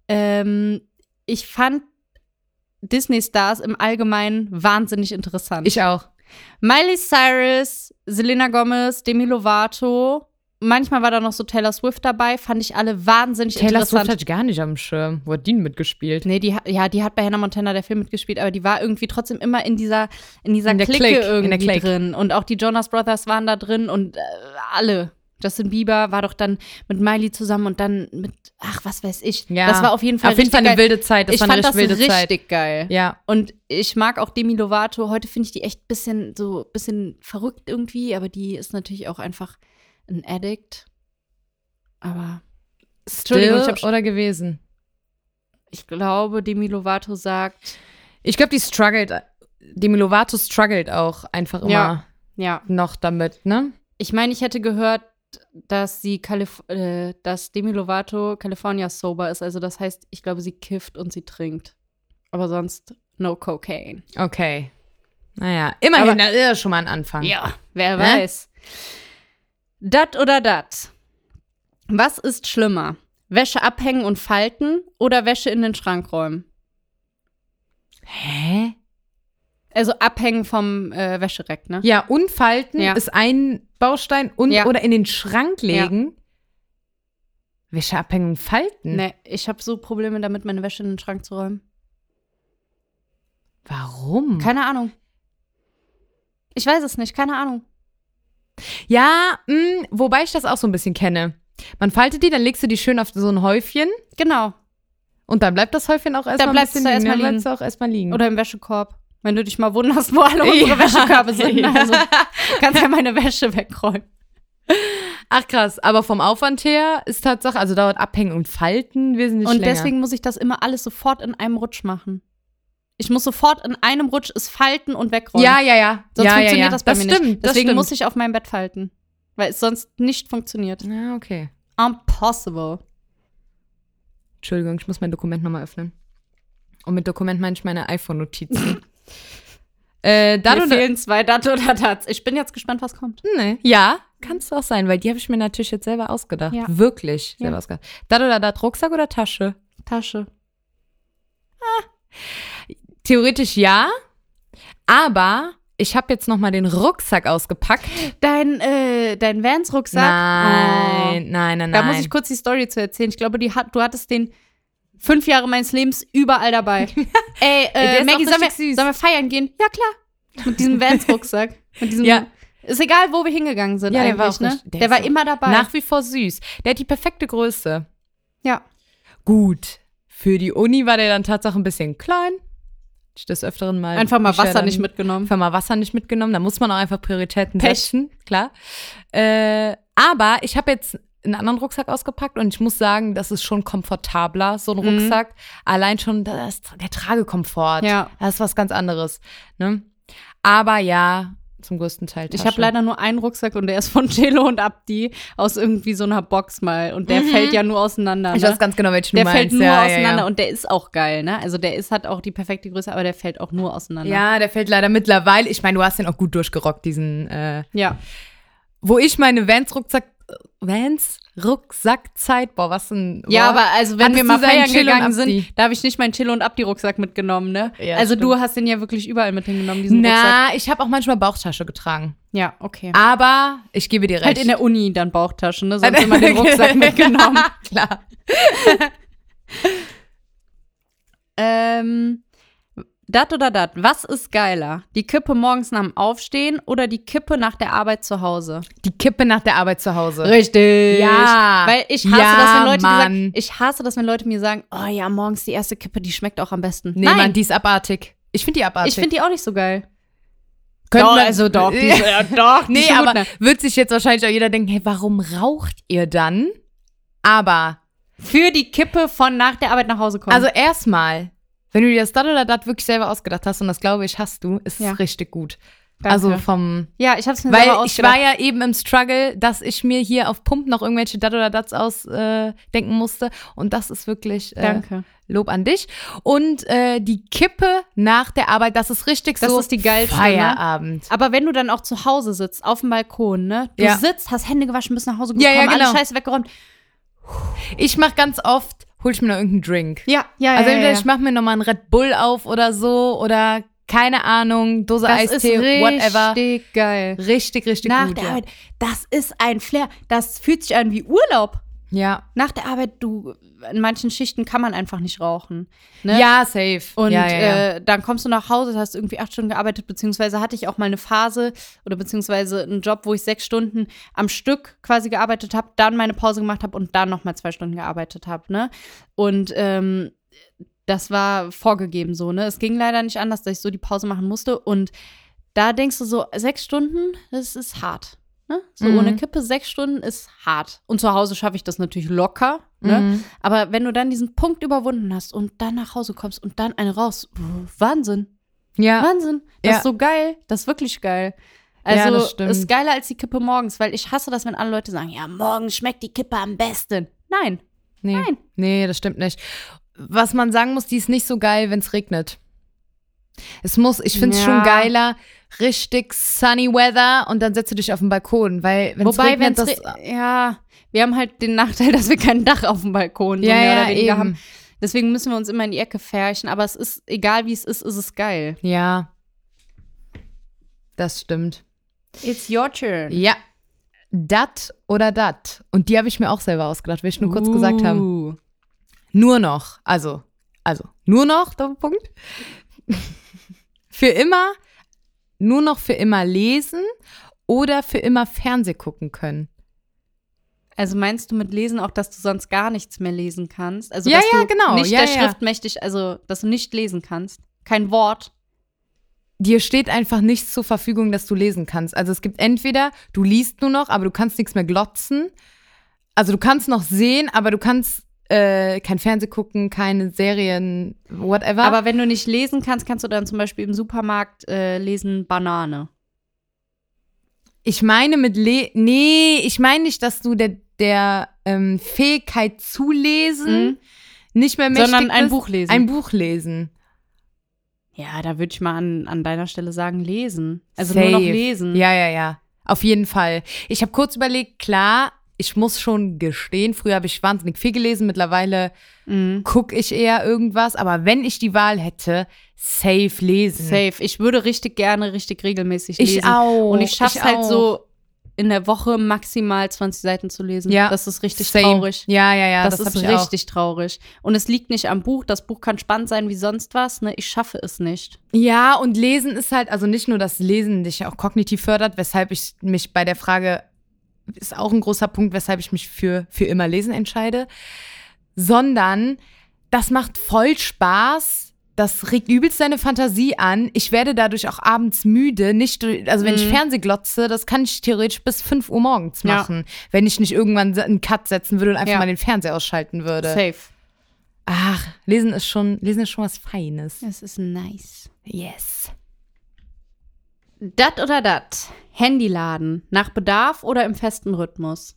Ähm, ich fand Disney-Stars im Allgemeinen wahnsinnig interessant.
Ich auch.
Miley Cyrus, Selena Gomez, Demi Lovato. Manchmal war da noch so Taylor Swift dabei, fand ich alle wahnsinnig
Taylor
interessant.
Swift hatte ich gar nicht am Schirm. Wo hat die denn mitgespielt?
Nee, die, hat- ja, die hat bei Hannah Montana der Film mitgespielt, aber die war irgendwie trotzdem immer in dieser, in dieser
In der
Clique
Clique, in
irgendwie
der Clique.
drin. Und auch die Jonas Brothers waren da drin und äh, alle. Justin Bieber war doch dann mit Miley zusammen und dann mit, ach, was weiß ich.
Ja.
Das war auf jeden Fall
Auf jeden
richtig
Fall eine
geil.
wilde Zeit. Das
ich
war eine
fand
richtig
das
wilde
richtig
Zeit.
geil.
Ja,
Und ich mag auch Demi Lovato. Heute finde ich die echt bisschen so bisschen verrückt irgendwie, aber die ist natürlich auch einfach ein Addict. Aber Entschuldigung, ich
still
hab-
oder gewesen.
ich glaube, Demi Lovato sagt,
Ich glaube, die struggelt, Demi Lovato struggelt auch einfach immer
Ja. ja.
noch damit, ne?
Ich meine, ich hätte gehört, dass sie Kalif äh, dass Demi Lovato California sober ist. Also das heißt, ich glaube, sie kifft und sie trinkt. Aber sonst no cocaine.
Okay. Naja, immerhin,
Aber-
das ist ja schon mal ein Anfang.
Ja, wer
Ne?
weiß. Dat oder dat? Was ist schlimmer? Wäsche abhängen und falten oder Wäsche in den Schrank räumen?
Hä?
Also abhängen vom äh, Wäschereck, ne?
Ja, unfalten
Ja.
ist ein Baustein und
Ja.
oder in den Schrank legen. Wäscheabhängung falten?
Ne, ich habe so Probleme damit, meine Wäsche in den Schrank zu räumen.
Warum?
Keine Ahnung. Ich weiß es nicht, keine Ahnung.
ja, mh, wobei ich das auch so ein bisschen kenne. Man faltet die, dann legst du die schön auf so ein Häufchen
Genau.
und dann bleibt das Häufchen auch erstmal ein
bleibt's
bisschen
da
liegen.
erstmal
Dann
liegen.
bleibt's auch erstmal liegen.
Oder im Wäschekorb. Wenn du dich mal wunderst, wo alle unsere Wäschekörbe sind.
Ja.
Also, kannst ja meine Wäsche wegräumen.
Ach krass, aber vom Aufwand her ist Tatsache, also dauert Abhängen und Falten wesentlich
Und
länger.
deswegen muss ich das immer alles sofort in einem Rutsch machen. Ich muss sofort in einem Rutsch es falten und wegräumen.
ja, ja, ja.
sonst
ja,
funktioniert
ja, ja.
das bei mir
stimmt,
nicht.
Das
Deswegen
stimmt.
muss ich auf meinem Bett falten, weil es sonst nicht funktioniert.
Ah, okay.
Impossible.
Entschuldigung, ich muss mein Dokument nochmal öffnen. Und mit Dokument meine ich meine iPhone-Notizen. äh, dann
Mir
oder,
fehlen zwei Dat oder Dats. Ich bin jetzt gespannt, was kommt.
Nee. Ja, kannst du auch sein, weil die habe ich mir natürlich jetzt selber ausgedacht.
Ja.
Wirklich selber
Ja.
ausgedacht. Dat oder dat, Rucksack oder Tasche?
Tasche.
Theoretisch ja, aber ich habe jetzt nochmal den Rucksack ausgepackt.
Dein, äh, dein Vans-Rucksack.
Nein, nein, nein, nein.
Oh. Da muss ich kurz die Story zu erzählen. Ich glaube, die hat, du hattest den fünf Jahre meines Lebens überall dabei. Ey,
der
äh,
ist auch
Maggie, sollen wir,
richtig süß.
sollen wir feiern gehen? Ja, klar. Mit diesem Vans-Rucksack. Mit diesem.
Ja.
Ist egal, wo wir hingegangen sind
Ja, der
eigentlich,
war auch
ne?
richtig- der
Der,
ist
war
auch-
immer dabei.
Nach wie vor süß. Der hat die perfekte Größe.
ja.
Gut. Für die Uni war der dann tatsächlich ein bisschen klein. Hab Ich des Öfteren mal.
Einfach mal
Bücher
Wasser
Also dann-
nicht mitgenommen.
Einfach mal Wasser nicht mitgenommen. Da muss man auch einfach Prioritäten
Pech.
setzen. Klar. Äh, aber ich habe jetzt einen anderen Rucksack ausgepackt und ich muss sagen, das ist schon komfortabler, so ein
Mhm.
Rucksack. Allein schon das, der Tragekomfort.
Ja.
Das ist was ganz anderes. Ne? Aber ja, zum größten Teil Tasche.
Ich habe leider nur einen Rucksack und der ist von Celo und Abdi aus irgendwie so einer Box mal. Und der fällt ja nur auseinander.
Mhm. Ich
ne?
weiß ganz genau, welchen
der
du
fällt
meinst.
nur
ja,
auseinander
Ja,
und der ist auch geil, ne? Also der ist hat auch die perfekte Größe, aber der fällt auch nur auseinander.
ja. ja, der fällt leider mittlerweile. Ich meine, du hast den auch gut durchgerockt, diesen äh,
Ja.
wo ich meine Vans-Rucksack, Vans-Rucksackzeit, boah, was ein
Ja,
boah.
aber also wenn
Hattest
wir mal
du seinen
feiern
Chill und
gegangen
Abdi?
sind, da habe ich nicht meinen Chillo und Abdi Rucksack mitgenommen, ne?
Ja,
also du
stimmt.
hast den ja wirklich überall mit hingenommen, diesen Rucksack.
Na, ich habe auch manchmal Bauchtasche getragen.
Ja, okay.
Aber ich gebe dir recht.
Halt in der Uni dann Bauchtaschen, ne? Sonst immer den Rucksack mitgenommen.
Klar.
Ähm, dat oder dat, was ist geiler? Die Kippe morgens nach dem Aufstehen oder die Kippe nach der Arbeit zu Hause?
Die Kippe nach der Arbeit zu Hause.
Richtig.
Ja.
Weil ich hasse
Ja,
das, wenn Leute die
Mann.
sagen, ich hasse das, wenn Leute mir sagen, oh ja, morgens die erste Kippe, die schmeckt auch am besten.
Nee,
Nein,
Mann, die ist abartig. Ich finde die abartig.
ich finde die auch nicht so geil. also
Könnte man-
die ist- ja, doch. die ist
Nee,
schon gut,
aber
ne?
wird sich jetzt wahrscheinlich auch jeder denken, hey, warum raucht ihr dann? Aber,
Für die Kippe von nach der Arbeit nach Hause kommen.
also erstmal, wenn du dir das dat oder dat wirklich selber ausgedacht hast, und das glaube ich hast du, ist
Ja.
es richtig gut.
Danke.
Also vom,
ja, ich hab's mir selber
Weil ich
ausgedacht.
war ja eben im Struggle, dass ich mir hier auf Pump noch irgendwelche Dat oder Dats ausdenken äh, denken musste. Und das ist wirklich äh,
Danke.
Lob an dich. Und äh, die Kippe nach der Arbeit, das ist richtig
Das
so
ist die geilste, ne?
Feierabend.
Aber wenn du dann auch zu Hause sitzt, auf dem Balkon, ne? Du
Ja.
sitzt, hast Hände gewaschen, bist nach Hause
Ja,
gekommen,
ja, genau.
alle Scheiße weggeräumt.
Ich mache ganz oft, hol ich mir noch irgendeinen Drink.
Ja, ja,
Also
ja.
entweder
ja,
ich mache mir nochmal einen Red Bull auf oder so oder keine Ahnung, Dose
Das ist
Eistee,
richtig
whatever.
geil.
Richtig, richtig
Nach
gut.
der
ja.
Arbeit, das ist ein Flair. Das fühlt sich an wie Urlaub.
ja.
Nach der Arbeit, du, in manchen Schichten kann man einfach nicht rauchen. Ne?
Ja, safe.
Und
ja, ja, ja.
Äh, dann kommst du nach Hause, hast irgendwie acht Stunden gearbeitet, beziehungsweise hatte ich auch mal eine Phase oder beziehungsweise einen Job, wo ich sechs Stunden am Stück quasi gearbeitet habe, dann meine Pause gemacht habe und dann nochmal zwei Stunden gearbeitet habe. Ne? Und ähm, das war vorgegeben so. Ne? Es ging leider nicht anders, dass ich so die Pause machen musste. Und da denkst du so, sechs Stunden, das ist hart. Ne? So
Mhm.
ohne Kippe, sechs Stunden ist hart. Und zu Hause schaffe ich das natürlich locker. Ne?
Mhm.
Aber wenn du dann diesen Punkt überwunden hast und dann nach Hause kommst und dann eine raus, puh, Wahnsinn,
ja.
Wahnsinn. Das
Ja.
ist so geil, das ist wirklich geil.
Ja,
Also
das stimmt.
ist geiler als die Kippe morgens, weil ich hasse das, wenn alle Leute sagen, ja, morgens schmeckt die Kippe am besten. Nein,
Nee.
Nein.
Nee, das stimmt nicht. Was man sagen muss, die ist nicht so geil, wenn es regnet. Es muss, ich finde es
Ja.
schon geiler, richtig sunny weather und dann setzt du dich auf den Balkon, weil wenn es
wobei, wenn
regnet,
es,
das,
ja, wir haben halt den Nachteil, dass wir kein Dach auf dem Balkon so
ja,
mehr
ja,
oder weniger
eben.
haben. Deswegen müssen wir uns immer in die Ecke färchen, aber es ist, egal wie es ist, ist es geil.
ja, das stimmt.
It's your turn.
Ja, dat oder dat. Und die habe ich mir auch selber ausgedacht, will ich nur kurz gesagt haben.
Uh.
Nur noch, also, also, nur noch, Doppelpunkt. für immer, nur noch für immer lesen oder für immer Fernseh gucken können.
Also meinst du mit Lesen auch, dass du sonst gar nichts mehr lesen kannst? Also
Ja,
dass
ja,
du
genau.
nicht
Ja,
der
ja.
Schrift mächtig, also dass du nicht lesen kannst. Kein Wort.
Dir steht einfach nichts zur Verfügung, dass du lesen kannst. Also es gibt entweder, du liest nur noch, aber du kannst nichts mehr glotzen. Also du kannst noch sehen, aber du kannst äh, kein Fernseh gucken, keine Serien, whatever.
Aber wenn du nicht lesen kannst, kannst du dann zum Beispiel im Supermarkt äh, lesen Banane.
Ich meine mit Le nee, ich meine nicht, dass du der, der ähm, Fähigkeit zu lesen
Mhm.
nicht mehr Hm? mächtig
Sondern ein
bist.
Buch lesen.
Ein Buch lesen.
ja, da würde ich mal an, an deiner Stelle sagen, lesen. Also
Safe.
nur noch lesen.
Ja, ja, ja. Auf jeden Fall. Ich habe kurz überlegt, klar, ich muss schon gestehen, früher habe ich wahnsinnig viel gelesen, mittlerweile
Mhm.
gucke ich eher irgendwas, aber wenn ich die Wahl hätte, safe lesen.
Safe. Ich würde richtig gerne, richtig regelmäßig
Ich
lesen.
auch.
Und ich schaff's halt
auch.
so in der Woche maximal 20 Seiten zu lesen.
Ja.
Das ist richtig
Same.
traurig.
Ja, ja, ja.
das,
Das,
ist
hab ich auch.
richtig traurig. Und es liegt nicht am Buch. Das Buch kann spannend sein wie sonst was. Ne? Ich schaffe es nicht.
Ja, und Lesen ist halt, also nicht nur das Lesen dich auch kognitiv fördert, weshalb ich mich bei der Frage, ist auch ein großer Punkt, weshalb ich mich für, für immer Lesen entscheide, sondern das macht voll Spaß. Das regt übelst deine Fantasie an. Ich werde dadurch auch abends müde. Nicht, durch- also wenn ich Fernseh glotze, das kann ich theoretisch bis 5 Uhr morgens
Mhm. Ja.
machen. Wenn ich nicht irgendwann se- einen Cut setzen würde und einfach
Ja.
mal den Fernseher ausschalten würde.
Safe.
Ach, Lesen ist schon, Lesen ist schon was Feines.
Es ist nice.
Yes.
Dat oder dat? Handyladen. Nach Bedarf oder im festen Rhythmus?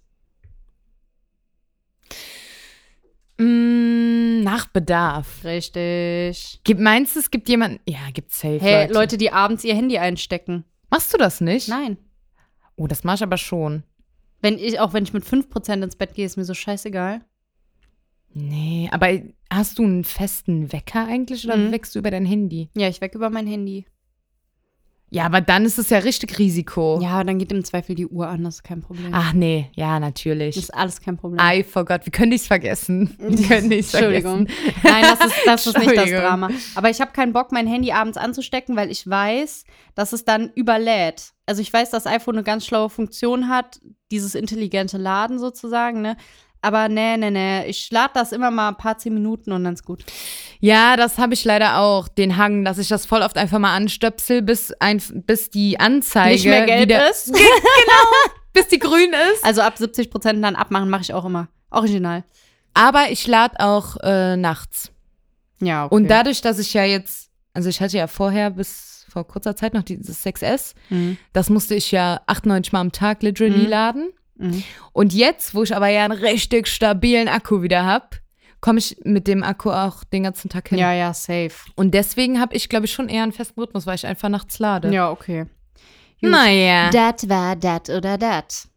Mm, nach Bedarf.
Richtig.
Gibt, meinst du, es gibt jemanden? Ja, gibt safe.
Hey, Leute.
Leute.
die abends ihr Handy einstecken.
Machst du das nicht?
Nein.
Oh, das mach ich aber schon.
Wenn ich, auch wenn ich mit 5% ins Bett gehe, ist mir so scheißegal.
Nee, aber hast du einen festen Wecker eigentlich oder
Mhm.
wächst du über dein Handy?
Ja, ich weg über mein Handy.
Ja, aber dann ist es ja richtig Risiko.
Ja, dann geht im Zweifel die Uhr an, das ist kein Problem.
Ach nee, ja, natürlich.
Das ist alles kein Problem.
I forgot. Wir können nichts vergessen. Wir können nichts
Entschuldigung.
vergessen.
Nein, das ist, das ist nicht das
Entschuldigung.
Drama. Aber ich habe keinen Bock, mein Handy abends anzustecken, weil ich weiß, dass es dann überlädt. Also ich weiß, dass iPhone eine ganz schlaue Funktion hat, dieses intelligente Laden sozusagen, ne? Aber nee, nee, nee. Ich lade das immer mal ein paar zehn Minuten und dann ist gut.
Ja, das habe ich leider auch, den Hang, dass ich das voll oft einfach mal anstöpsel, bis, ein, bis die Anzeige
Nicht mehr gelb
wieder, genau,
ist.
bis die grün ist.
Also ab 70 Prozent dann abmachen, mache ich auch immer. Original.
Aber ich lade auch äh, nachts.
Ja,
Und dadurch, dass ich ja jetzt, also ich hatte ja vorher bis vor kurzer Zeit noch dieses 6S,
Mhm.
das musste ich ja 98 Mal am Tag literally
Mhm.
laden.
Mhm.
Und jetzt, wo ich aber ja einen richtig stabilen Akku wieder habe, komme ich mit dem Akku auch den ganzen Tag hin.
Ja, ja, safe.
Und deswegen habe ich, glaube ich, schon eher einen festen Rhythmus, weil ich einfach nachts lade. Hm.
Ja, okay. Gut.
Naja.
Dat war dat oder dat.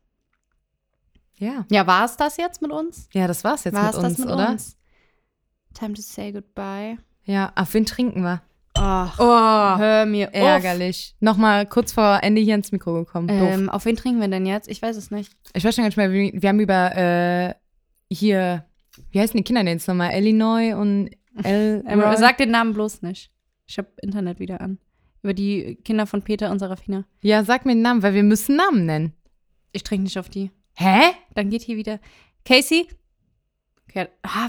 ja.
Ja, war es das jetzt mit uns?
Ja, das war's jetzt
War's
mit uns,
das mit
oder?
uns? Time to say goodbye.
Ja, auf wen trinken wir?
Ach,
Oh,
hör mir
ärgerlich. Nochmal kurz vor Ende hier ins Mikro gekommen.
auf.
Doof.
Ähm, auf wen trinken wir denn jetzt? Ich weiß es nicht.
Ich weiß schon gar nicht mehr, wie- wir haben über äh, hier, wie heißen die Kinder denn jetzt nochmal? Illinois und El.
Ähm, sag den Namen bloß nicht. Ich hab Internet wieder an. Über die Kinder von Peter und Serafina.
Ja, sag mir den Namen, weil wir müssen Namen nennen.
Ich trinke nicht auf die.
Hä?
Dann geht hier wieder. Casey? Okay. Ah,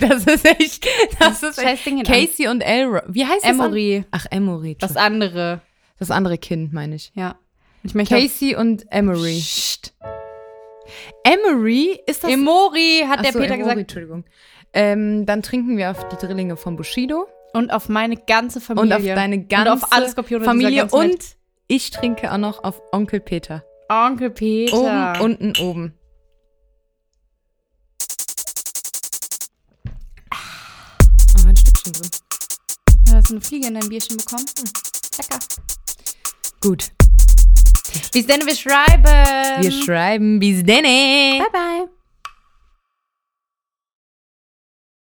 das ist echt. Das ist echt.
Scheiß Ding Casey.
Casey und Elroy. Wie heißt das? an-
Emory.
Ach, Emory.
Das
Das,
andere.
das andere Kind, meine ich.
Ja. Ich möchte
Casey und Emory.
Psst. Emory?
Emory ist das.
Emory, hat der
Ach so,
Peter
Emory,
gesagt.
Entschuldigung. Ähm, dann trinken wir auf die Drillinge von Bushido
Und auf meine ganze
und
Familie.
auf deine ganze
und auf alle Skorpione dieser
Familie
ganzen Welt.
und ich trinke auch noch auf Onkel Peter.
Onkel Peter.
Oben, unten, oben. Oh, ein Stückchen drin.
Ja, Hast du eine Fliege in dein Bierchen bekommen? Hm. Lecker.
Gut.
Bis dann, wir schreiben.
Wir schreiben bis denne.
Ähm. Bye, bye.